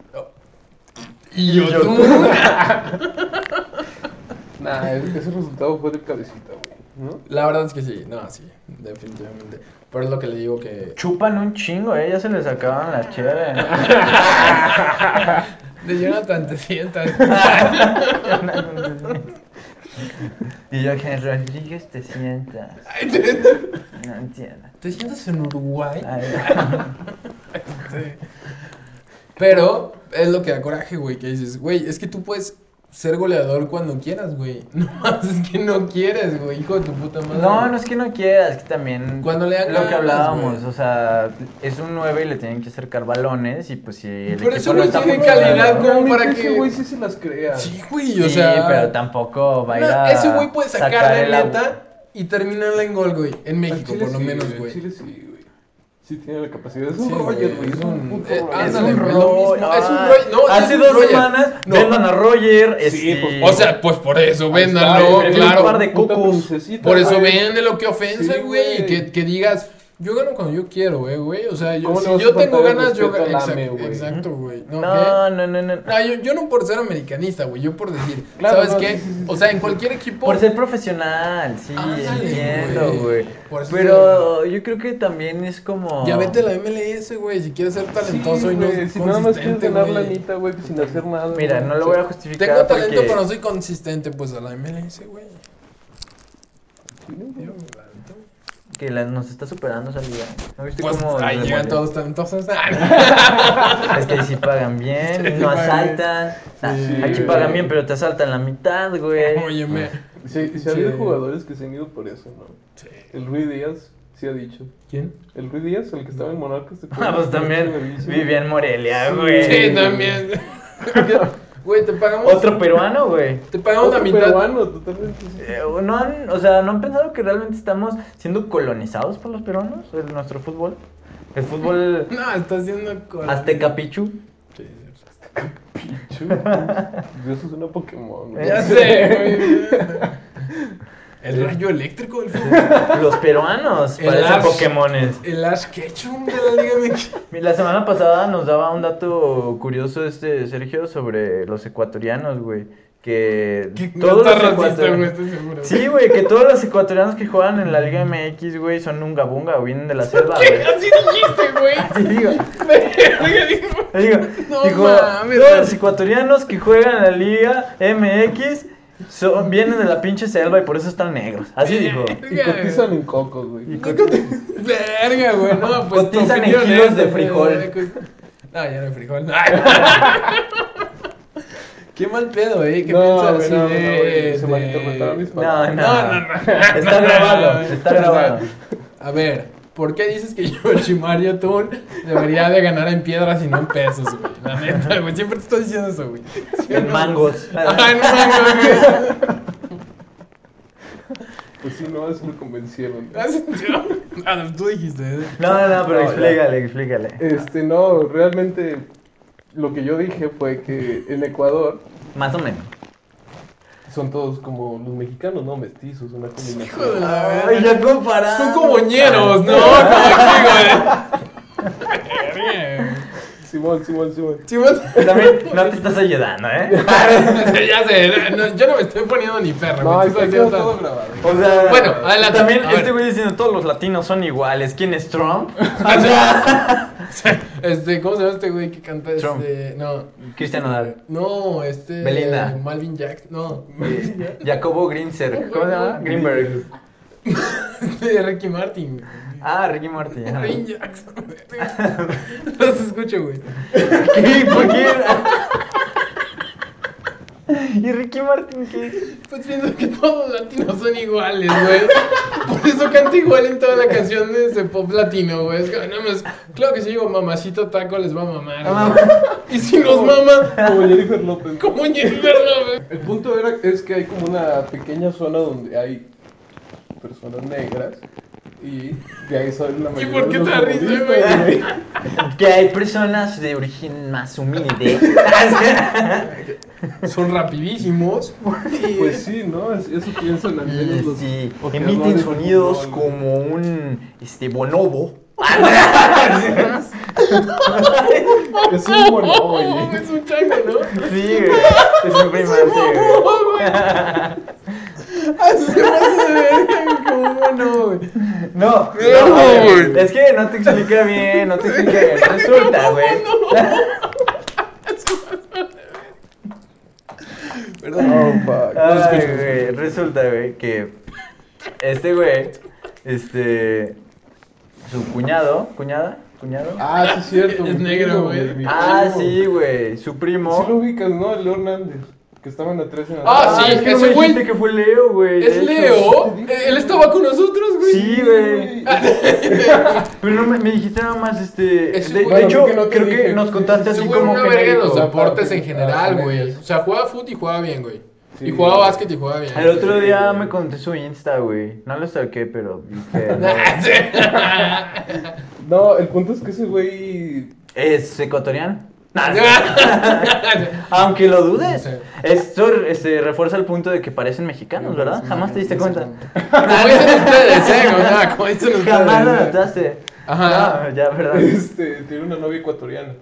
¿Y YouTube? (laughs) YouTube? Nah, es- ese resultado fue de cabecita, güey. ¿No? La verdad es que sí, no, sí, definitivamente. Pero es lo que le digo que. Chupan un chingo, eh. Ya se les acabaron las chéveres. De Jonathan te sientas. y yo que Rodríguez te sientas. No entiendo. ¿Te sientas en Uruguay? Ay, Sí. Pero es lo que da coraje, güey, que dices, güey, es que tú puedes ser goleador cuando quieras, güey. (laughs) No más es que no quieres, güey, hijo de tu puta madre. No, no es que no quieras, que también. Cuando le hagan Lo que ganas, hablábamos, güey. o sea, es un 9 y le tienen que acercar balones. Y pues si el Pero ese equipo no güey está tiene funcionando- calidad, güey. Realmente para ese que- güey sí se las crea. Sí, güey, Sí, o sea. pero tampoco va a ir no, a ese güey puede sacar, sacar de el au- neta y terminarla en gol, güey. En Al México, Ah, Chile por lo sí, menos, al güey. Chile sí, güey. Sí tiene la capacidad. Es un Sí, Roger, güey, güey. es Es un- un puto eh, Roger. Es ándale, un güey, lo Roy- mismo, es un ah, Roy- no, hace es un dos Roger. semanas No. vendan a Roger. Sí, este, pues, O sea, pues por eso, Ahí está, véndanlo, güey, un par claro. de puta cocos. princesita, Por eso güey. véndelo, que ofensa, Sí, güey. güey. Que, que digas, yo gano cuando yo quiero, eh, güey. O sea, yo, ¿Cómo si le vas yo a faltar tengo el ganas, yo respeto gano. al AME, Exacto, güey? exacto, güey. No, ¿qué? No, no, no, no. No, yo, yo no por ser americanista, güey, yo por decir, Claro, ¿sabes no, qué? sí, sí, sí, O sea, en cualquier equipo... Por ser profesional, sí, Ándale, entiendo, güey. güey. Por eso Pero yo creo que también es como. Ya vete a la MLS, güey, si quieres ser talentoso y no güey, Si nada más quieres consistente, ganar güey. lanita, güey, pues sin hacer nada. Mira, güey. no lo voy a justificar. Tengo talento, porque- pero no soy consistente, pues a la MLS, güey. Yo, la neta. Que la- nos está superando esa liga. ¿No viste Pues cómo.? ahí nos llegan murió? todos talentosos. (laughs) Ah, Es que ahí sí pagan bien, (laughs) Sí, no pagan asaltan. Ah, Sí, Aquí güey. pagan bien, pero te asaltan la mitad, güey. Óyeme. Sí, sí, ha habido jugadores que se han ido por eso, ¿no? Sí. El Rui Díaz sí ha dicho. ¿Quién? El Rui Díaz, el que estaba en Monarcas. ¿te (laughs) Ah, acuerdas? pues también Buenísimo. vivía en Morelia, Sí. güey. Sí, también. (laughs) Güey, te pagamos... Otro peruano, güey. Te pagamos la Otro mitad. peruano, totalmente. sí. Eh, ¿No han, o sea, ¿no han pensado que realmente estamos siendo colonizados por los peruanos? El- nuestro fútbol. El fútbol (laughs) No, estás haciendo... cosas. azteca pichu. Sí, sí, sí. Pichu. Eso es una Pokémon. güey. (laughs) Ya sé, güey. El rayo eléctrico del fútbol. Los peruanos El parecen Ash. pokémones. El Ash Ketchum de la Liga MX. La semana pasada nos daba un dato curioso este Sergio sobre los ecuatorianos, güey. Que Que no todos está los racista, güey, ecuatorianos... estoy seguro. Sí, güey, que todos los ecuatorianos que juegan en la Liga MX, güey, son un gabunga o vienen de la selva, (laughs) ¿Qué? güey. Así dijiste, güey. Sí, digo, Verga, dijo. digo, (laughs) No dijo, mames, todos güey. los ecuatorianos que juegan en la Liga MX son, vienen de la pinche selva y por eso están negros. Así dijo. Y cotizan en cocos, Y güey. co- Verga, güey. No, pues. tu Cotizan en opinión kilos es, de güey, frijol. güey, güey. (laughs) No, ya no (laughs) hay frijol. Ay. Qué mal pedo, eh. ¿Qué No, piensas güey, así no, de- no, güey, se de- malinterpretaron mis No, no, palabras. No, no, no. Está (laughs) No, grabado, no, no. está grabado. A ver, ¿por qué dices que (laughs) Yoshimaru Tun debería de ganar en piedras y no en pesos, güey? La neta, güey, siempre te estoy diciendo eso, güey. En (laughs) mangos. Ay, no, no, güey. Pues sí, no, eso me convencieron. Así, yo- (laughs) Ah, no, tú dijiste, ¿eh? No, no, pero No, ya. explícale, explícale. Este, no, realmente lo que yo dije fue que en Ecuador Más o menos. son todos como los mexicanos, ¿no? Mestizos, una Hijo de combinación. la verga. ya comparado. Son como ñeros, ¿no? Como que, güey. Verga, Simón, Simón, Simón. güey. Sí, más- Ah, También no te estás ayudando, ¿eh? (laughs) ya sé, no, yo no me estoy poniendo ni perro, No, güey. tú está estás quedó haciendo- (laughs) todo grabado. O sea, Bueno, adelante. También A ver. este güey diciendo todos los latinos son iguales. ¿Quién es (laughs) Trump? O sea, (laughs) este, ¿cómo se llama este güey que canta este? Trump. No. Cristian Nodal. No, este. Belinda. Malvin Jackson. No. (laughs) Jacobo Grinberg. ¿Cómo se llama? Ah, Greenberg. De Ricky Martin. Ah, Ricky Martin. ajá. Malvin Jackson. (laughs) No se escucha, güey. ¿Qué? ¿Por qué? ¿Y Ricky Martin qué? Pues pienso que todos los latinos son iguales, güey. Por eso canta igual en toda la canción de ese pop latino, güey. Es que nada más. Claro que si digo mamacito taco les va a mamar. güey. Y si nos mama, Como Jennifer López. como Jennifer López. pues, El punto era, es que hay como una pequeña zona donde hay personas negras y de ahí salen la ¿Y mayoría por qué de los te da risa, futbolistas, güey? (laughs) Que hay personas de origen más (laughs) humilde. este, Son rapidísimos. Y- Pues sí, ¿no? Es- Eso piensan al menos los Sí, boxeadores emiten de sonidos fútbol, güey. como un este bonobo. Es un mono, Oh, oye. es un chango, ¿no? Sí, güey. Es un primate, güey. Oh, güey. Así se pasa de verga, como mono, güey. No, No, no, güey. güey. es que no te explica bien, no te explica bien. (laughs) Resulta, güey. Perdón. Oh, Ay, güey, resulta, güey, que este güey, este, su cuñado, cuñada, cuñado. Ah, sí, es cierto. Es mi negro, primo, güey. mi Ah, primo. sí, güey, su Sí lo primo. ubicas, ¿no? El Leo Hernández. Que estaban a tres en la Ah, tarde. sí, es que no ese me güey- dijiste que fue Leo, güey. ¿Es de hecho. Leo? Él estaba con nosotros, güey. Sí, güey. Pero no me, me dijiste nada más, este. Ese De, güey- de hecho, Bueno, creo que no te creo que dije. nos contaste Ese así güey como una verga en los genérico. deportes en general, Ah, güey. güey. O sea, juega fútbol y juega bien, güey. Y Sí. jugaba básquet y jugaba bien. El (laughs) otro día me (laughs) conté su Insta, güey. No lo stalké, pero vi que. Nah, sí. No, el punto es que ese güey. Es ecuatoriano. Aunque lo dudes, Sí. esto este, refuerza el punto de que parecen mexicanos, ¿verdad? Jamás te diste (laughs) cuenta. Como dicen ustedes, ¿eh? O sea, como dicen ustedes. Jamás lo notaste. Ajá. No, ya, (laughs) ¿verdad? Este, tiene una novia ecuatoriana.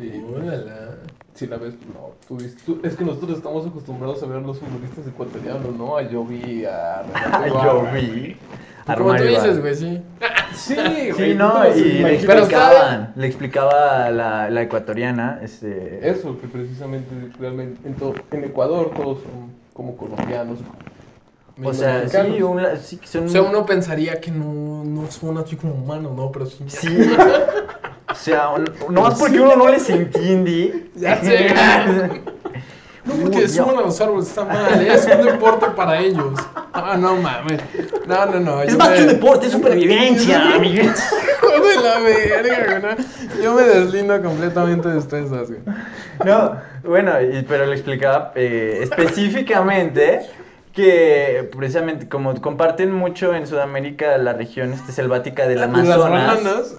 Y Ólala. si la ves, no, tú, ves- tú- es que nosotros estamos acostumbrados a ver a los futbolistas ecuatorianos, ¿no? A Jovi, a (laughs) Renato Yo Ibarra. vi. Como tú Armario dices, Ibarra. güey, sí. Sí, Sí, güey, tú te no, los y le imaginas. Pero explicaban, le explicaba la, la ecuatoriana, este... Eso, que precisamente, realmente, en, to- en Ecuador todos son como colombianos. O mismos sea, mexicanos. sí, un, la- sí, que son... O sea, uno pensaría que no, no son así como humanos, ¿no? Pero sí. Sí. O sea, un- no más porque uno no les entiende. Ya sé. No, porque Uy, suban no. a los árboles, está mal, ¿eh? es un deporte para ellos. Ah, no mames. No, no, (laughs) no. Es yo más me- que un deporte, es supervivencia, amiguitos. (laughs) Hijo de la verga, güey, ¿no? Yo me deslindo completamente de ustedes, dos, güey. No, bueno, y- pero le explicaba eh, específicamente que precisamente como comparten mucho en Sudamérica la región este, selvática del Amazonas. Las bananas.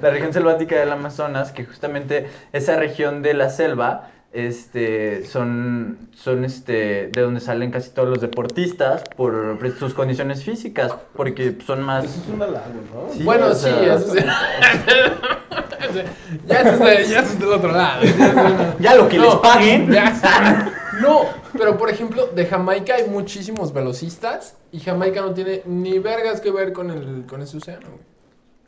(laughs) la región selvática del Amazonas, que justamente esa región de la selva, este, son, son este, de donde salen casi todos los deportistas por pre- sus condiciones físicas, porque son Eso más... es un halago, ¿no? Sí, (laughs) bueno, o sí, sea, eso (laughs) sí. ya eso está, ya eso está del otro (laughs) lado. Ya lo que les paguen. ya. (laughs) No, pero por ejemplo, de Jamaica hay muchísimos velocistas y Jamaica no tiene ni vergas que ver con, el, con ese océano, güey.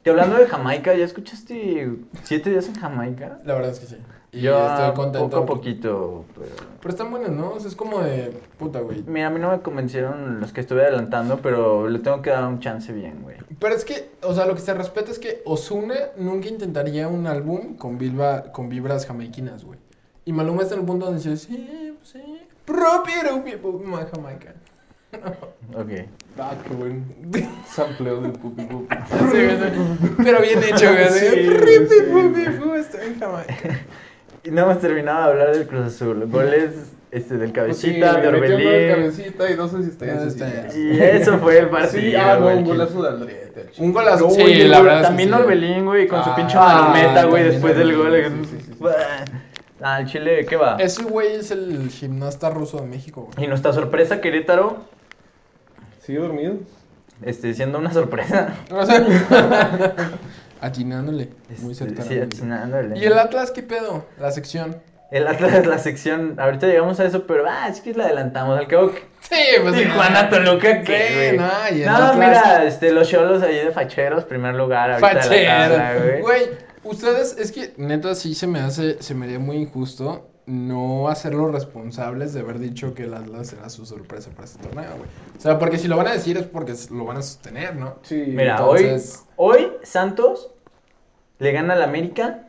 Que hablando de Jamaica, ¿ya escuchaste siete días en Jamaica? La verdad es que sí. Y Yo estoy contento. poco a poquito, pero... Pero están buenos, ¿no? O sea, es como de puta, güey. Mira, a mí no me convencieron los que estuve adelantando, pero le tengo que dar un chance bien, güey. Pero es que, o sea, lo que se respeta es que Ozuna nunca intentaría un álbum con, vilva- con vibras jamaiquinas, güey. Y Maluma está en el punto donde dice, sí, sí, propiero people, ma- Jamaica. Ok. Ah, qué buen (laughs) sampleo del pupi pupi. (laughs) Sí, güey, sí. Pero bien hecho, güey. así, Sí, güey, "Ripi, sí. pupi, pu, Estoy en Jamaica. Y no hemos terminado de hablar del Cruz Azul. Goles este, del Cabecita, Sí, de le metió gol de Orbelín. cabecita y no sé si está No, ya está ya. Y eso fue el partido. Sí, ah, no, güey. un golazo de Aldrete. al chile. Un golazo. No, Sí, güey, la güey, verdad es que También sí. Orbelín, güey, con su Ah, pinche malometa, güey, también después del gol. Orbelín, sí, sí, sí. Ah, el Chile, ¿qué va? Ese güey es el gimnasta ruso de México, güey. Y nuestra sorpresa, Querétaro, ¿Sigue dormido? este, siendo una sorpresa. O sea, (laughs) atinándole. Muy Este, cercano. sí, atinándole. ¿Y el Atlas qué pedo? La sección. El Atlas, la sección, ahorita llegamos a eso, pero ah, es que la adelantamos. Al cabo, Sí, pues. Tijuana, Toluca, ¿qué, Sí, güey? no, y el No, Atlas- mira, este, los cholos ahí de facheros, primer lugar ahorita de la tabla, güey. Fachero. Güey, ustedes, es que neta sí se me hace, se me haría muy injusto no hacerlos responsables de haber dicho que el Atlas era su sorpresa para este torneo, güey. O sea, porque si lo van a decir es porque lo van a sostener, ¿no? Sí. Mira, (laughs) entonces- hoy, hoy Santos le gana al América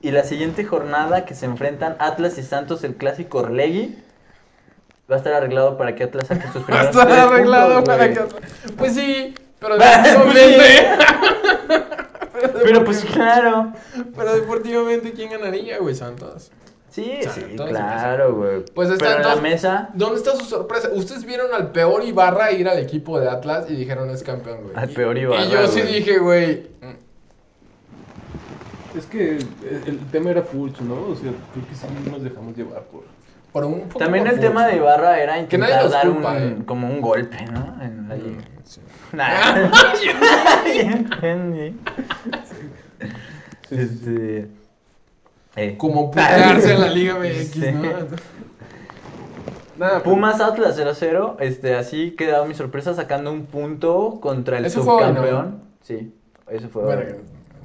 y la siguiente jornada que se enfrentan Atlas y Santos, el clásico Orlegui, va a estar arreglado para que Atlas saque sus (laughs) Va a primeros estar tres arreglado puntos, para güey. que. (laughs) Pues sí, pero Pues sí. deportivamente. (laughs) Pero pues claro. pero deportivamente, ¿quién ganaría, güey? Santos. Sí, sí, Santos, claro, güey. Pues está Pero en la entonces- mesa... ¿Dónde está su sorpresa? Ustedes vieron al peor Ibarra ir al equipo de Atlas y dijeron es campeón, güey. Al Y- peor Ibarra, Y yo sí güey. dije, güey. mm, Es que el, el tema era Fulch, ¿no? O sea, creo que sí nos dejamos llevar por... Por un poco También por el tema mucho. de Ibarra era Que nadie intentar los dar culpa, un, eh. como un golpe, ¿no? En la liga. Mm, Sí. Nah. (laughs) Entendí. Sí, sí, sí. Este, eh, Como putearse en la Liga MX, (laughs) Sí. ¿no? Nada, pero- Pumas Atlas 0-0, este, así quedó mi sorpresa sacando un punto contra el Eso fue hoy, ¿no? subcampeón. Sí, eso fue hoy. Bueno,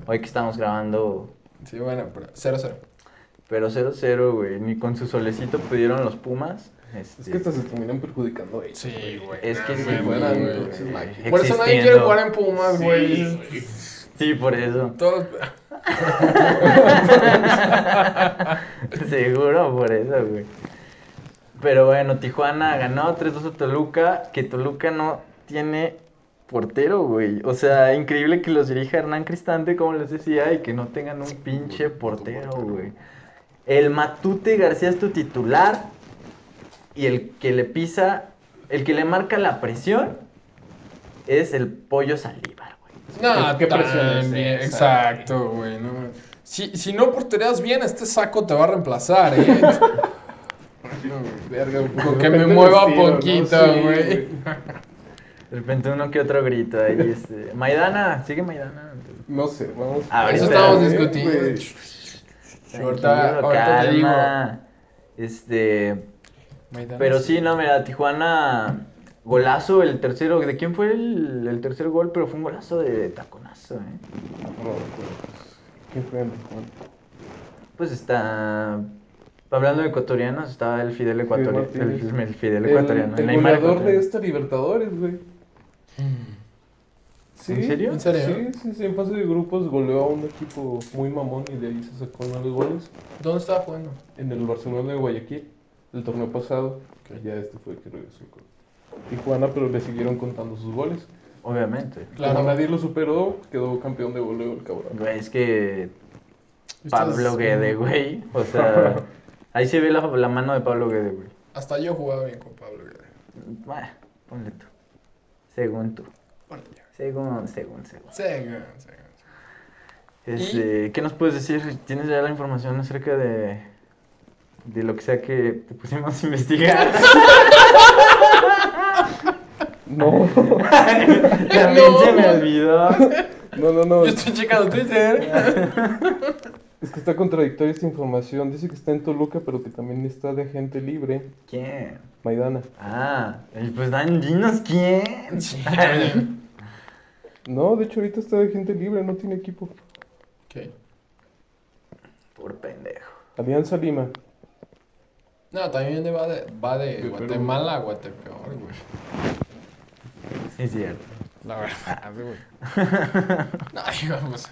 Hoy que estamos grabando, sí, bueno, pero 0-0. pero 0-0, güey, ni con su solecito pudieron los Pumas. Este, Es que hasta se terminan perjudicando ellos. Sí, güey. es que Ah, sí, güey, güey, bueno, güey, güey. güey. Por eso nadie quiere existiendo. jugar en Pumas, güey. Sí, por eso. Todos. (laughs) Seguro por eso, güey. Pero bueno, Tijuana ganó 3-2 a Toluca, que Toluca no tiene portero, güey. O sea, increíble que los dirija Hernán Cristante, como les decía, y que no tengan un pinche portero, güey. El Matute García es tu titular y el que le pisa, el que le marca la presión es el Pollo Salívar, güey. No, ¿Qué tan presiones? bien, Exacto, güey. no mames. si, si no porterías bien, este saco te va a reemplazar, ¿eh? (laughs) No, güey. Verga, güey, Con de que me repente mueva los tiro, ¿no? poquito, Sí, güey. De repente uno que otro grito ahí. (laughs) Este. Maidana, sigue Maidana. No sé, vamos. A ver, Eso espera, estábamos Ah, eh, güey, discutiendo. güey. Ahorita, Tranquilo, ahorita te digo. calma. Este. Maidana. Pero sí, no, mira, Tijuana, golazo, el tercero, ¿de quién fue el, el tercer gol? Pero fue un golazo de taconazo, ¿eh? No, pues, ¿Qué fue en Tijuana? Pues está, hablando de ecuatorianos, estaba el Fidel ecuatoriano, el, Martínez. el Fidel El- ecuatoriano, El, Neymar goleador de este- ecuatoriano. esta Libertadores, güey. Mm. Sí, ¿En serio? ¿En serio? Sí, sí, sí, en fase de grupos goleó a un equipo muy mamón y de ahí se sacó nueve goles ¿Dónde estaba jugando? en el Barcelona de Guayaquil, el torneo pasado, que ya este fue el que regresó con Tijuana, pero le siguieron contando sus goles. Obviamente. Claro. Como nadie lo superó, quedó campeón de voleo el cabrón. Güey, es que Ustedes- Pablo Guede, güey, o (laughs) sea, ahí se ve la, la mano de Pablo Guede, güey. Hasta yo jugaba bien con Pablo Guerrero. Bueno, ponle tú, según tú, Bueno, ya. según, según, según. Sega, Sega. Este, ¿Qué nos puedes decir? ¿Tienes ya la información acerca de, de lo que sea que te pusimos a investigar? No, También se me olvidó. (laughs) no, no, no. Yo estoy checando Twitter. (laughs) Es que está contradictoria esta información. Dice que está en Toluca, pero que también está de agente libre, ¿Quién? Maidana. Ah, y pues Dan, dinos quién. Sí. No, de hecho ahorita está de agente libre, no tiene equipo. (laughs) Ok. Por pendejo. Alianza Lima. No, también de- va de, va de Perú. Guatemala a Guatepeor, güey. Sí, es cierto. La verdad, (laughs) güey. No, digamos.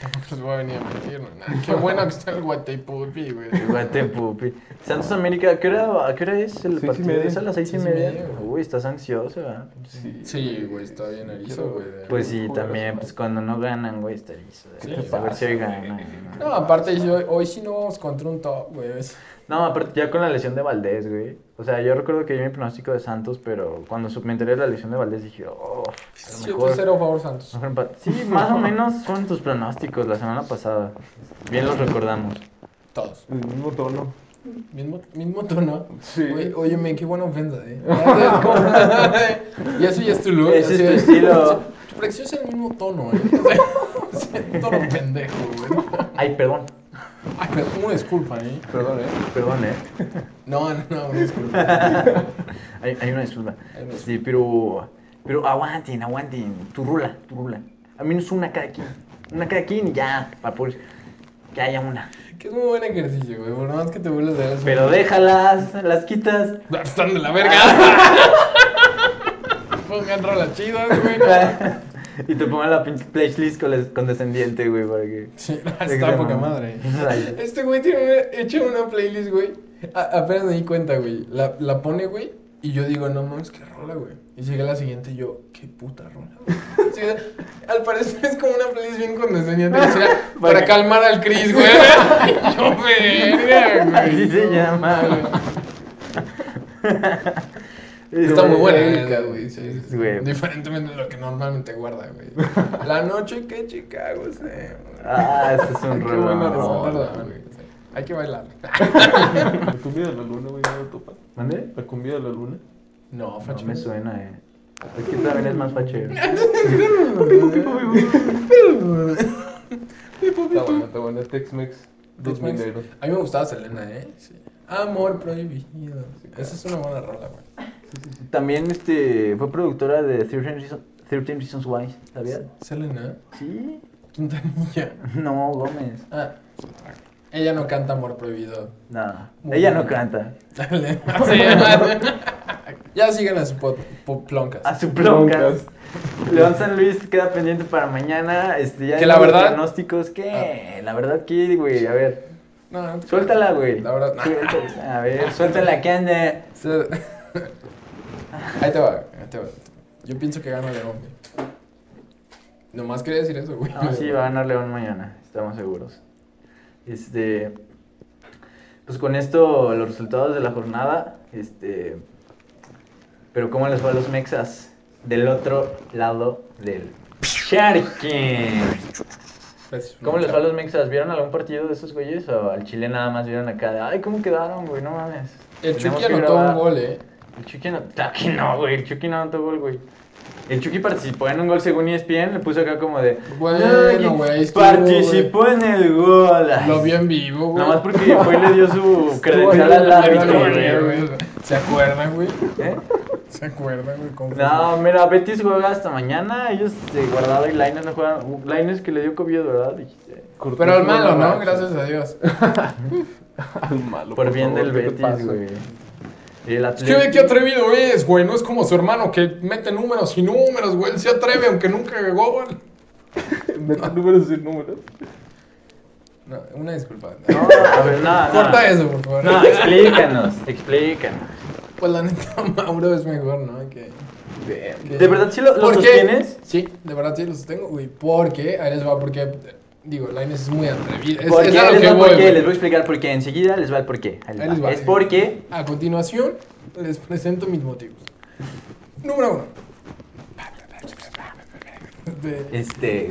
Tampoco les voy a venir a mentir, güey. Nah, qué bueno que está el Guatepupi, güey. Guatepupi. Santos América, ¿a qué hora, a qué hora es el Seis y partido? media. ¿Es a las seis y Seis y media? media, güey. Uy, estás ansioso, ¿verdad? Sí, güey, está bien erizo, quiero- güey. Pues sí, Jugar también, eso, pues cuando no ganan, güey, está listo. Sí, a ver si hoy ganan. No, aparte, yo- hoy sí no vamos contra un top, güey. Es- No, aparte ya con la lesión de Valdés, güey. O sea, yo recuerdo que yo mi pronóstico de Santos, pero cuando su- me enteré de la lesión de Valdés dije, oh, a lo mejor, 7-0 favor Santos. mejor empate. Sí, más o menos fueron tus pronósticos la semana pasada. Bien los recordamos. Todos. El mismo tono. Mismo, mismo tono. Sí. Oye, óyeme, qué buena ofensa, (laughs) eh. (laughs) y eso ya es tu look. Ese así es tu de- estilo. (laughs) Tu predicción es el mismo tono, eh. (laughs) O sea, es el tono pendejo, güey. Ay, perdón. Ay, pero una disculpa, eh. (laughs) Perdón, ¿eh? Perdón, eh. (laughs) No, no, no, una disculpa. Hay, hay una disculpa. Hay una Sí, pero, pero aguanten, aguanten. Tu rula, tu rula. Al menos una cada quien. Una cada quien y ya, para poder que haya una. Que es muy buen ejercicio, güey. Por más que te vuelves de eso. Pero déjalas, las quitas. Ah, Están de (laughs) la verga. Pongan rolas chidas, (laughs) güey. no. y te pongan la pinche playlist con condescendiente, güey, para que. Sí, (laughs) Ah, para que está se poca mamen. madre. (laughs) Ay, Este güey tiene una- hecho una playlist, güey. A- apenas me di cuenta, güey. La, la pone, güey. Y yo digo, no mames, qué rola, güey. Y llega la siguiente y yo, qué puta rola, (laughs) güey. Sí, o sea, al parecer es como una playlist bien condescendiente. o sea, para (laughs) Vaya. calmar al Chris, (laughs) güey. Y yo, verga, güey. Así se No, llama, güey. este, Está muy buena, Güey, esa, güey. sí, sí, sí, güey. Diferentemente de lo que normalmente guarda, güey. La noche que Chicago se. Ah, ese es un (laughs) Qué rolón. buena No, rola. perdón, güey, sí. Hay que bailar. La cumbia de la luna, güey, no lo topas. ¿Mande? La cumbia de la luna. (laughs) No, No Facho. me suena, eh. Es que también es más fachero. Está buena, está buena. Tex-Mex. Pues, Dos Tex-Mex. mineros. A mí me gustaba Selena, ¿eh? Sí. Amor prohibido. Esa es una buena rola, güey. También este, fue productora de 13 Reasons, 13 Reasons Why, ¿sabías? Selena, Sí. Quintanilla. (laughs) No, Gómez. Ah, otra. ella no canta Amor prohibido. Nada. Muy Ella bien. no canta. Dale. (laughs) Sí. ya sigan a su pop, ploncas. A su plonca. Broncas. (laughs) León San Luis queda pendiente para mañana. Este, ya Que la dimos verdad- Pronósticos. ¿Qué? La verdad, ¿qué, güey? A ver. No, no te- Suéltala, güey. La verdad, no. Suéltala. A ver, suéltala, ¿qué anda? Se- Ahí te va, ahí te va. Yo pienso que gana León, güey. Nomás quería decir eso, güey. No, Ah, sí, va a ganar León mañana, estamos seguros. Este. Pues con esto, los resultados de la jornada. Este. Pero, ¿cómo les fue a los mexas? Del otro lado del. Sharky. Gracias, ¿Cómo les fue a chao. los mexas? ¿Vieron algún partido de esos güeyes? ¿O al Chile nada más vieron acá de, ay, cómo quedaron, güey? No mames. El Tenemos Chucky que anotó un grabar". gol, eh. El Chucky no. (laughs) Claro que no, güey. El Chucky no anotó gol, güey. El Chucky participó en un gol según E ESPN. Le puso acá como de. Bueno, "Ay, güey, estuvo, Participó en el gol. Ay, Lo vio en vivo, güey. Nomás porque fue y le (laughs) dio su credencial ahí en al la árbitro, victoria, güey. ¿Se acuerdan, güey? ¿Eh? ¿Se acuerdan, güey? cómo fue? No, mira, Betis juega hasta mañana. Ellos de guardado y Lines no juegan. Uh, Lainez que le dio COVID, ¿verdad? Dijiste. Pero al malo, ¿no? Gracias a Dios. (laughs) Al malo. Por bien favor, del ¿qué te Betis, pasa? güey. (laughs) Y el Es que ve Atleti- qué atrevido es, güey. No es como su hermano que mete números y números, güey. Él se atreve aunque nunca cagó, güey. Mete números sin números. No, una disculpa. No, a ver, no, no. (laughs) Corta eso, por favor. No, explícanos, explícanos. Pues la neta, (laughs) Mauro es mejor, ¿no? Que, que- ¿De verdad sí lo, lo ¿Por qué? sostienes? Sí, de verdad sí lo sostengo, güey. Porque, ahí les va, porque, digo, la Inés es muy atrevida. Es, ¿Por es qué? a lo Les que va voy, por qué, güey. les voy a explicar por qué. Enseguida les va el por qué. Ahí les Ahí va. les va. Es porque A continuación, les presento mis motivos. Número uno. Este,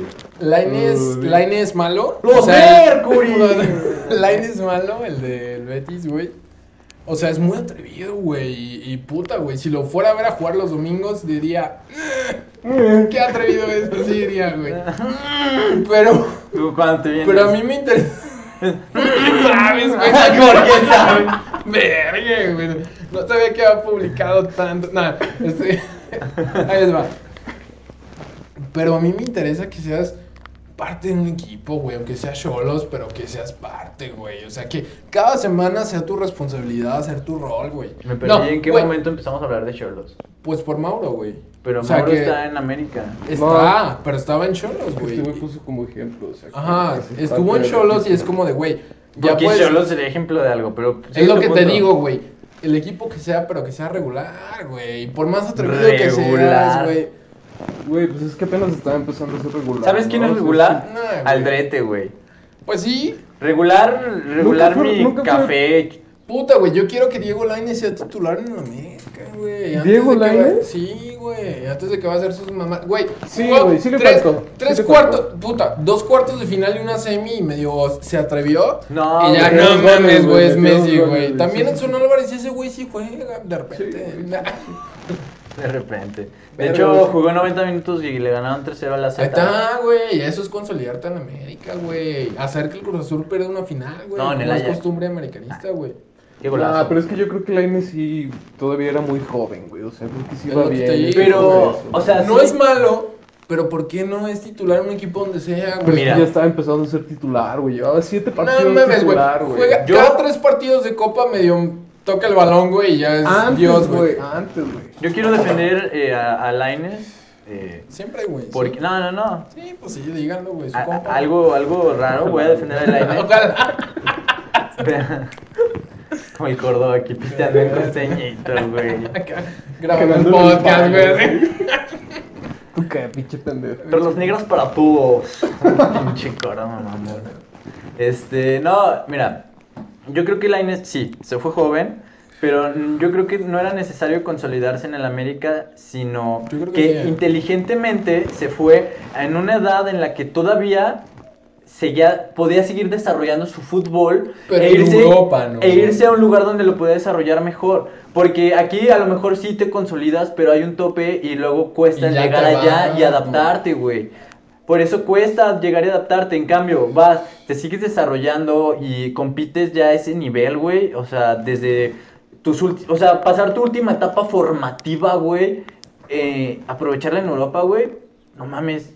este Lainez, Lainez es malo. ¡Los (laughs) Mercury! Lainez es malo, el del Betis, güey. O sea, es muy atrevido, güey. Y, y puta, güey. Si lo fuera a ver a jugar los domingos, diría. Eh. "Mm, Qué atrevido es, sí, diría, güey. Mm, Pero, tú cuando te vienes. pero a mí me (laughs) interesa. ¿Sabes, Ah, (laughs) güey? ¿Por qué sabes? Verga, güey. No sabía que había publicado tanto. Nada, este. (laughs) Ahí les va. Pero a mí me interesa que seas parte de un equipo, güey. Aunque seas solos, pero que seas parte, güey. O sea, que cada semana sea tu responsabilidad hacer tu rol, güey. Me perdí No, en qué güey, momento empezamos a hablar de Cholos. Pues por Mauro, güey. Pero O sea, Mauro que está en América. Está, pero estaba en Cholos, Este güey. güey puso como ejemplo. O sea, que Ajá, haces estuvo parte en del Cholos y equipo. es como de, güey. Ya Ya Aquí puedes... Cholos sería ejemplo de algo, pero Es lo que te punto. digo, güey. El equipo que sea, pero que sea regular, güey. Por más atrevido que seas, Regular. güey. Güey, pues es que apenas estaba empezando a ser regular. ¿Sabes quién ¿no? es O sea, regular? sí. Nah, güey. Aldrete, güey. Pues sí, Regular, regular fue- mi nunca fue- café. puta, güey. Yo quiero que Diego Lainez sea titular en la América, güey. Antes ¿Diego de que va- Lainez? Sí, güey. Antes de que va a hacer sus mamás. Güey, Sí, jugó güey, sí le tres, faltó, tres sí le faltó. cuartos, puta, dos cuartos de final y una semi y medio se atrevió. No, y ya, güey, no dos goles, mames, güey, güey, es metió dos Messi, goles, güey. güey, También sí. Edson Álvarez, ese güey sí juega de repente. Sí, De repente. De Pero- hecho, jugó 90 minutos y le ganaron 3-0 a la Ahí Z. está, güey. Eso es consolidarte en América, güey. Hacer que el Cruz Azul pierda una final, güey. No, en el Como es Ajax. costumbre americanista, güey. Qué golazo. Ah, pero es que yo creo que Laine sí todavía era muy joven, güey. O sea, creo que sí Es va lo que bien. te digo, Pero, Eso. o sea, No sí- es malo, pero ¿por qué no es titular en un equipo donde sea, güey? Mira. Pues Ya estaba empezando a ser titular, güey. Llevaba siete No partidos mames, güey. titular, güey. Juega Yo- cada tres partidos de Copa medio toca el balón, güey, y ya es Ah, Antes, Dios, güey. güey. Antes, güey. Yo quiero defender eh, a, a Lainez. eh, Siempre, güey. porque, no, no, no. Sí, pues sí, díganlo, güey. Su A- compa. a- algo, algo raro, voy a defender a Lainez. (laughs) Ojalá. (laughs) Como el Córdoba aquí pisteando en costeñito, güey. Grabando Ganando el en el podcast, baño, güey. Tú qué, pinche pendejo. Pero los negros para (laughs) todos. Pinche Córdoba, mamón. Este, no, mira. Yo creo que Lainez sí, se fue joven. Pero mm, yo creo que no era necesario consolidarse en el América, sino Yo creo que, que sí, eh. inteligentemente se fue en una edad en la que todavía seguía, podía seguir desarrollando su fútbol Pero en Europa, ¿no? e irse a un lugar donde lo puede desarrollar mejor. Porque aquí a lo mejor sí te consolidas, pero hay un tope y luego cuesta Y ya llegar te allá vas, y adaptarte, güey. Por eso cuesta llegar y adaptarte. En cambio, vas, te sigues desarrollando y compites ya a ese nivel, güey. O sea, desde tus ulti- O sea, pasar tu última etapa formativa, güey. eh, aprovecharla en Europa, güey. No mames.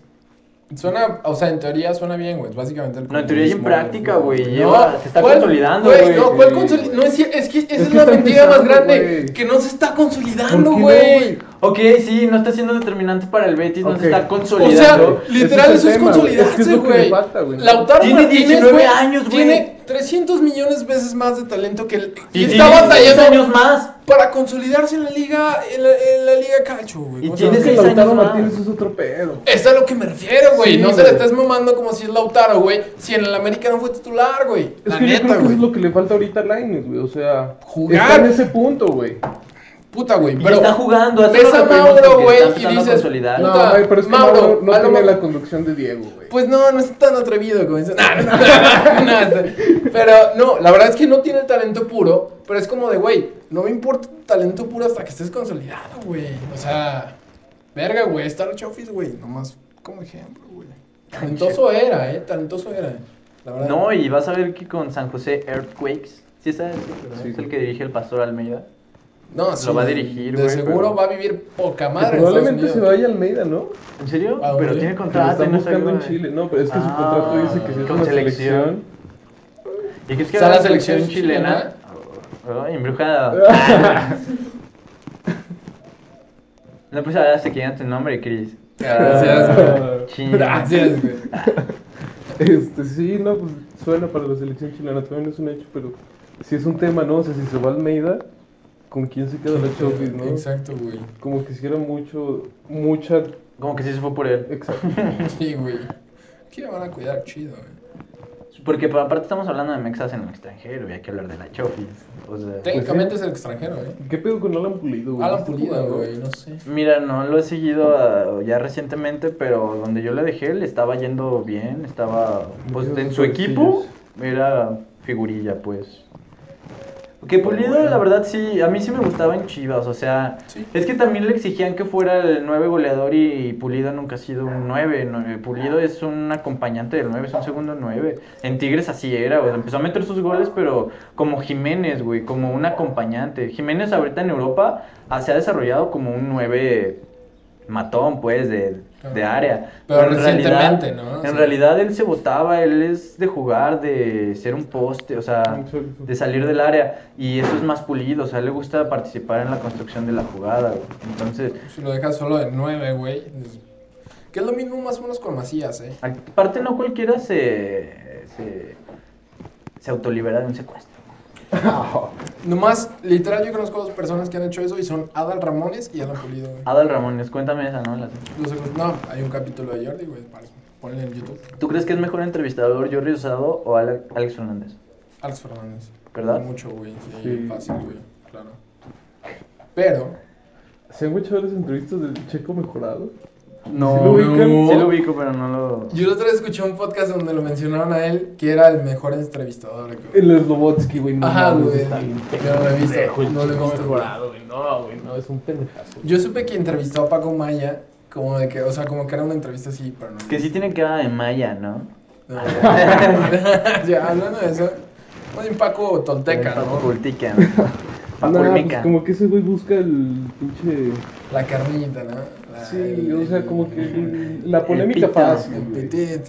Suena, o sea, en teoría suena bien, güey. es Básicamente el No, en teoría y en comunismo, práctica, güey. No, Lleva- se está ¿cuál- consolidando, güey, güey. No, ¿cuál Sí, consoli- güey. No, es, cier- es que esa Es es, que la está mentira más empezando, grande. güey. Que no se está ¿Por qué consolidando, no, güey. Ok, sí, no está siendo determinante para el Betis, no se Ok. está o sea, consolidando. literal, Ese es eso el es tema, güey. Es que es consolidarse, lo que le güey. falta, güey. Lautaro Tiene Martínez, 19 güey, años, güey. Tiene 300 millones veces más de talento que él. Y, tiene está 16 batallando años más. para consolidarse en la liga, en la, en la liga cacho, güey. Y O sea, tiene Es que seis años Lautaro más. Martínez es otro pedo. Es a lo que me refiero, güey. Sí, no se la güey. estás mamando como si es Lautaro, güey. Si en el América no fue titular, güey. Es La que yo neta, creo que eso güey. es lo que le falta ahorita a Lainez, güey. O sea, Jugar. está en ese punto, güey. Puta, güey. Y Pero está jugando, a ves todos a los primos Mauro, porque güey, está y empezando a dices, consolidar. puta, No, güey, pero es que Mauro, Mauro no a lo tiene mejor- la conducción de Diego, güey. Pues no, no es tan atrevido como dicen. Nah, (laughs) nah, nah, nah, nah. pero no, la verdad es que no tiene el talento puro, pero es como de, güey, no me importa tu talento puro hasta que estés consolidado, güey. O sea, verga, güey, Star Chofis, güey, nomás como ejemplo, güey. (laughs) Talentoso era, eh, talentoso era. La verdad. No, y vas a ver que con San José Earthquakes, sí sabes, ¿verdad? Sí. es el que dirige el Pastor Almeida. No, lo va a dirigir, de güey, seguro pero- va a vivir poca Que madre. en probablemente Estados se Unidos. vaya a Almeida, ¿no? ¿En serio? ¿A dónde? Pero tiene Lo Que lo contrato y están no se buscando en ayuda. Chile. No, pero es que su Ah, contrato dice que si es con una selección. selección. eh. ¿Y crees que ¿Está va a la la selección selección chilena? Ay, embrujada. no, pues ahora se quedan tu nombre, Chris. (laughs) Gracias, Ah, (laughs) chin. Gracias, güey. Este, sí, no, pues suena para la selección chilena, todavía no es un hecho, pero si es un tema, ¿no? O sea, si se va Almeida, ¿con quién se queda la Chofis, no? Exacto, güey. Como que hiciera mucho, mucha... Como que sí se fue por él. Exacto. Sí, güey. Aquí le van a cuidar chido, eh. güey. Porque pa- aparte estamos hablando de mexas en el extranjero y hay que hablar de la Chofis. O Pues sea, Técnicamente es el extranjero, ¿eh? ¿Qué pedo con Alan Pulido, güey? Alan Este Pulido, jugador. güey, no sé. mira, no lo he seguido ah, ya recientemente, pero donde yo le dejé le estaba yendo bien, estaba pues, en su equipo era figurilla, pues. Que Pulido, la verdad, sí, a mí sí me gustaba en Chivas, o sea, Sí. es que también le exigían que fuera el 9 goleador y, Pulido nunca ha sido un 9, no- Eh, Pulido es un acompañante del 9, es un segundo 9. En Tigres así era, o sea, empezó a meter sus goles, pero como Jiménez, güey, como un acompañante. Jiménez ahorita en Europa ah, se ha desarrollado como un 9 matón, pues, de, de área. Pero en realidad- recientemente, ¿no? O sea- En realidad él se botaba, él es de jugar, de ser un poste, o sea Exacto. de salir del área y eso es más pulido, o sea, le gusta participar en la construcción de la jugada, güey. Entonces, Si lo dejas solo de 9, güey. es- Que es lo mismo más o menos con Macías, ¿eh? aparte no cualquiera se se, se autolibera de un secuestro. Nomás, literal, yo conozco dos personas que han hecho eso y son Adal Ramones y Alan Pulido, güey. Adal Ramones, cuéntame esa, ¿no? La- Los otros- No, hay un capítulo de Jordi, güey. para- Ponle en YouTube. ¿Tú crees que es mejor entrevistador Jordi Usado o Ale- Alex Fernández? Alex Fernández. ¿Verdad? Mucho, güey. Sí, Sí. fácil, güey. Claro. Pero, ¿Se han hecho las entrevistas del Checo Mejorado? No, ¿Sí lo ubican? sí lo ubico, pero no lo yo la otra vez escuché un podcast donde lo mencionaron a él que era el mejor entrevistador, güey. El Slobotsky, güey, no Ajá, mames, güey. está bien Yo no lo he visto, pendejo el no lo he Checo visto. Mejorado, güey. No, güey, no, es un pendejazo. Yo supe que entrevistó a Paco Maya, como de que, o sea, como que era una entrevista así, pero no. que sí tiene cara de maya, ¿no? No, ya, (laughs) Ya, hablando de eso, más bien Paco Tolteca, ¿no? Cultica, ¿no? Nah, Papulmica. pues como que ese güey busca el pinche... La carnita, ¿no? La- Sí, o sea, como que el- la El polémica pito. fácil, El güey. petit.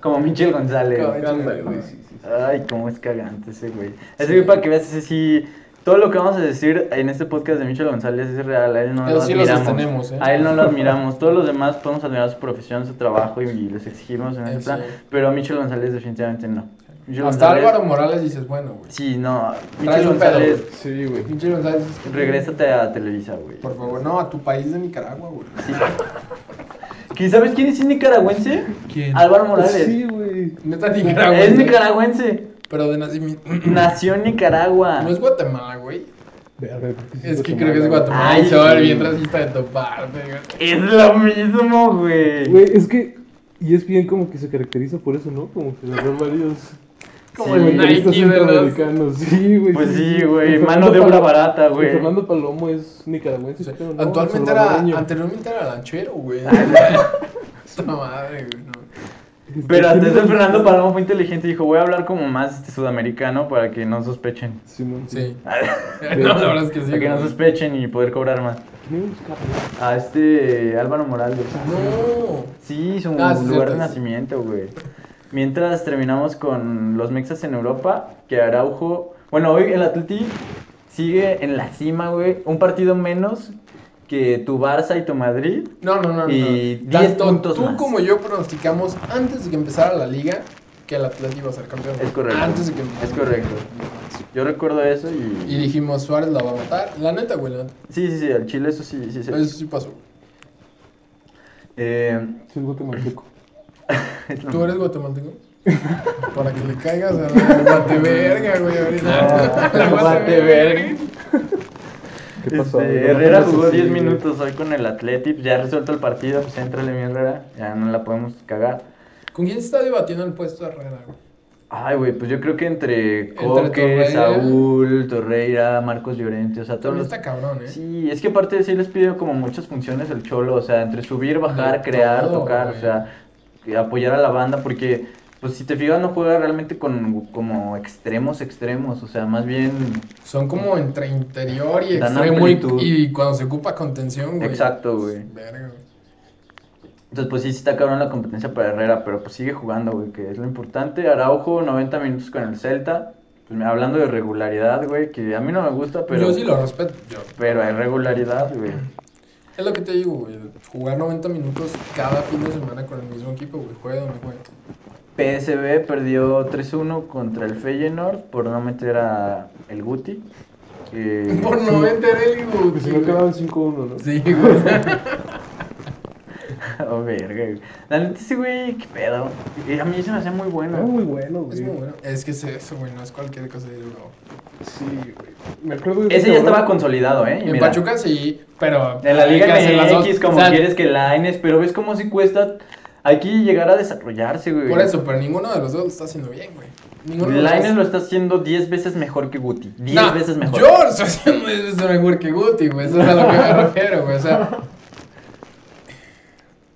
Como Michel González. Como Ándale, güey, sí, sí, sí. Ay, cómo es cagante ese güey. Ese güey, para que veas, ese sí. Todo lo que vamos a decir en este podcast de Michel González es real. A él no Pero lo sí lo admiramos. sostenemos, ¿eh? A él no lo admiramos. Todos los demás podemos admirar su profesión, su trabajo y, y les exigimos en ese Sí. plan. Pero a Michel González, definitivamente no. Michel Hasta González- Álvaro Morales dices, bueno, güey. Sí, no. Traes Michel un pedo, González, Sí, güey. Pinche González es que- regrésate a Televisa, güey. Por favor, no, a tu país de Nicaragua, güey. ¿Qui- ¿Sabes quién es nicaragüense? ¿Quién? Pues Álvaro Morales. Sí, güey. Neta es Nicaragua. nicaragüense. Pero de nacimiento. Nació en Nicaragua. No es Guatemala, güey. Verga, ¿por qué sí Es que creo que es Guatemala. Ay, y se va a ver sí. bien racista de tu parte, güey. Es lo mismo, güey. Güey, es que. Y es bien como que se caracteriza por eso, ¿no? Como que agarró varios. Como Sí, el futbolistas Nike, ¿verdad? centroamericanos. Sí, güey. Pues sí, (laughs) güey, Y mano Fernando de obra Palo- barata, güey. y Fernando Palomo es nicaragüense, creo, ¿no? Actualmente era, Salvadoreño. anteriormente era lanchero, güey. Ah, (laughs) Esta madre, güey. no. Este, Pero (laughs) hasta ¿quién eso era? Fernando Palomo fue inteligente y dijo, voy a hablar como más este, sudamericano para que no sospechen. Simón, Sí. para No, la verdad es que sí. que no güey. sospechen y poder cobrar más. ¿Quién era Oscar? A este Álvaro Morales. No. Sí, su Ah, lugar sí, cierto, de sí. nacimiento, güey. Mientras terminamos con los mexas en Europa, que Araujo... Bueno, hoy el Atleti sigue en la cima, güey. Un partido menos que tu Barça y tu Madrid. No, no, no. Y no. 10 Tanto puntos tú más. como yo pronosticamos antes de que empezara la liga que el Atlético iba a ser campeón. Es correcto. Antes de que empezara. Es correcto. Yo recuerdo eso Y dijimos, Suárez la va a matar. La neta, güey, la neta. Sí, sí, sí, al Chile eso sí, sí, sí. Eso sí pasó. Eh, Sí, es guatemalteco. es lo- ¿Tú eres (laughs) guatemalteco? Para que le caigas a la guateverga, güey, ahorita. Ah, La guateverga. ¿Qué pasó? Este, No, no Herrera pues, sé jugó si- 10 minutos hoy con el Athletic, ya resuelto el partido, pues entrale mi Herrera, ya no la podemos cagar. ¿Con quién se está debatiendo el puesto de Herrera, güey? Ay, güey, pues yo creo que entre Entre Coque, Torreira. Saúl, Torreira, Marcos Llorente, o sea, todos También los... está cabrón, ¿eh? Sí, es que aparte sí les pidió como muchas funciones el Cholo, o sea, entre subir, bajar, De crear, todo, tocar, güey. o sea, que apoyar a la banda, porque, pues si te fijas, no juega realmente con como extremos, extremos, o sea, más bien, Son como entre interior y Dan extremo. Y, amplitud. y cuando se ocupa contención, güey. exacto, güey. Verga, güey. Entonces, pues sí, sí está cabrón la competencia para Herrera, pero pues sigue jugando, güey, que es lo importante. Araujo, 90 minutos con el Celta, pues me- hablando de regularidad, güey, que a mí no me gusta, pero, Yo sí lo respeto. Yo. pero hay regularidad, güey. Es lo que te digo, güey. Jugar 90 minutos cada fin de semana con el mismo equipo, güey. Juega donde juegue. PSB perdió 3-1 contra el Feyenoord por no meter a el Guti. que- (laughs) Por 90 era el Pues Guti, si no güey. quedaban 5-1, ¿no? Sí, güey. (laughs) Oh, verga, güey. La neta, ese güey, qué pedo. Y a mí se me hacía muy Era bueno. muy bueno, Es güey. muy bueno. Es que es eso, güey. No es cualquier cosa de Europa. Sí, güey. Me acuerdo de Ese ya cabrón. estaba consolidado, ¿eh? Y En mira, Pachuca sí, pero. En la Liga hay que hacer las dos. MX, como O sea, quieres que la ANES, pero ves cómo si cuesta aquí llegar a desarrollarse, güey. Por eso, pero ninguno de los dos lo está haciendo bien, güey. Ninguno de los dos. Lainez lo está haciendo 10 veces mejor que Guti. 10 Nah, veces mejor. Yo (laughs) lo estoy haciendo 10 veces mejor que Guti, güey. Eso es a lo que me refiero, güey. O sea,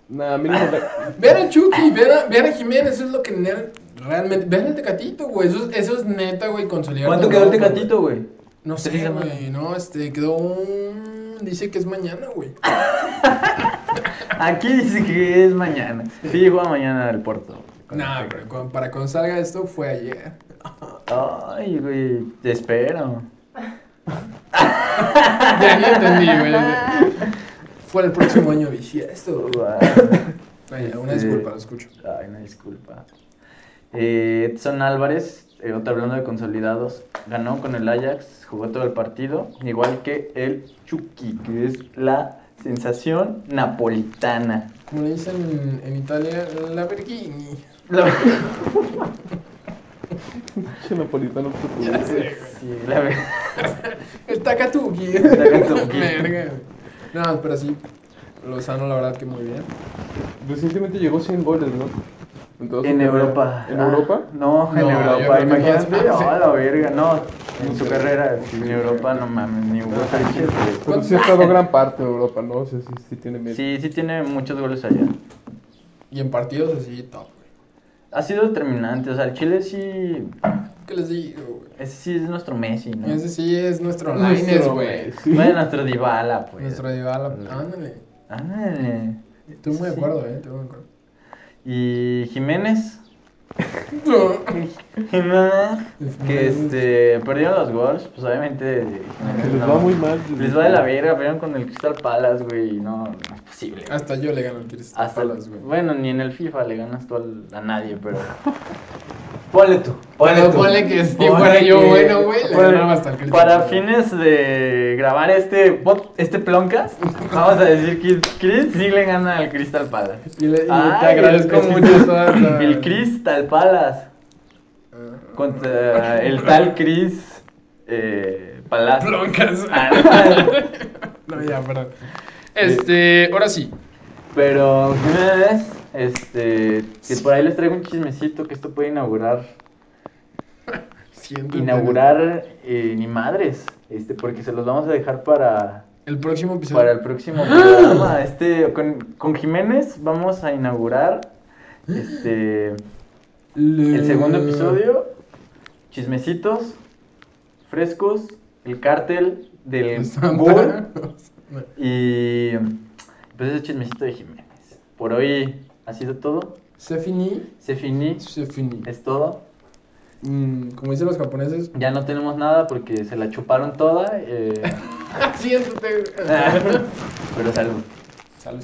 Nah, a mí no me- vean a Chucky, vean a, vean a Jiménez, eso es lo que ne- realmente. Vean al Tecatito, güey. Eso, es- eso es neta, güey, consolidar. ¿Cuánto tu quedó el grupo, Tecatito, güey? güey. No Tres sé, semanas. güey. No, este, quedó un. Dice que es mañana, güey. Aquí dice que es mañana. Sí, juega mañana el Porto. Nah, pero cuando- para cuando salga esto fue ayer. Ay, güey, te (laughs) espero. Ya ni entendí, güey. Fue el próximo año bisiesto. Vaya, una Este- disculpa, lo escucho. Ay, una disculpa. Eh, Edson Álvarez, eh, otra hablando de consolidados, ganó con el Ajax, jugó todo el partido, igual que el Chucky, que es la sensación napolitana. Como le dicen en, en Italia, la Berghini. La, Pinche napolitano portugués. Ya sé, güey. sí, la ve- El Takatuki. Takatuki. (laughs) Verga. No, pero sí. Lozano, la verdad que muy bien. Recientemente llegó 100 goles, ¿no? En, toda su en carrera. Europa. ¿En Ah, Europa? No, en No, yo creo Europa. que Imagínate, más, güey. no, a la verga, no. En No su sé. carrera, sí, en Europa, no mames, ni Hugo Sánchez, güey. Pero sí ha estado gran parte de Europa, ¿no? O sea, sí, sí tiene mérito. Sí, sí tiene muchos goles allá. Y en partidos así, top, güey. Ha sido determinante, o sea, el Chile sí, ¿Qué les digo, güey? ese sí es nuestro Messi, ¿no? Ese sí es nuestro Nuestro, Lines, güey. Sí. No es nuestro Dybala, pues. Nuestro Dybala. Ándale. Ándale. Estoy muy de Sí. acuerdo, eh. Estoy muy de acuerdo. Y Jiménez, (laughs) No. Jiménez, que Jiménez. este, perdieron los gols, pues obviamente Jiménez Les no. va muy mal. Les va de la verga, perdieron con el Crystal Palace, güey, y no, no es posible. güey. Hasta yo le gano el Crystal Hasta Palace, güey. Bueno, ni en el FIFA le ganas tú al- a nadie, pero... Ponle tú, ponle Bueno, tú. ponle que si Ponle fuera yo que- bueno, güey, le ponle- ganaba hasta el Crystal Para Palace. fines de grabar este pod- este ploncas, vamos a decir que Chris sí le gana al Crystal Palace. Y, le, y te Ay, agradezco el- mucho toda la- El Crystal Palace Ah. contra el tal Chris eh, Palacio. (laughs) Broncas. Ah, No, ya, perdón. Este, ahora sí. (laughs) Pero, Jiménez, este, que por ahí les traigo un chismecito que esto puede inaugurar, Siento- inaugurar eh, ni madres, este, porque se los vamos a dejar para, El próximo episodio. para el próximo programa. Este, con, con Jiménez vamos a inaugurar, este, Le- el segundo episodio, chismecitos frescos, el cártel eh, del gol. Y pues ese chismecito de Jiménez. Por hoy ha sido todo. (laughs) Se finí. Se finí. Se finí. Es todo. Mm, como dicen los japoneses. Ya no tenemos nada porque se la chuparon toda. eh, (laughs) Siéntate. pero salud. (laughs) Salud.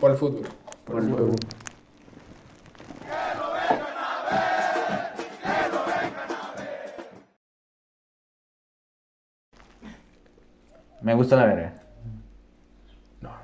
Por el fútbol. Por el juego. Me gusta la verga.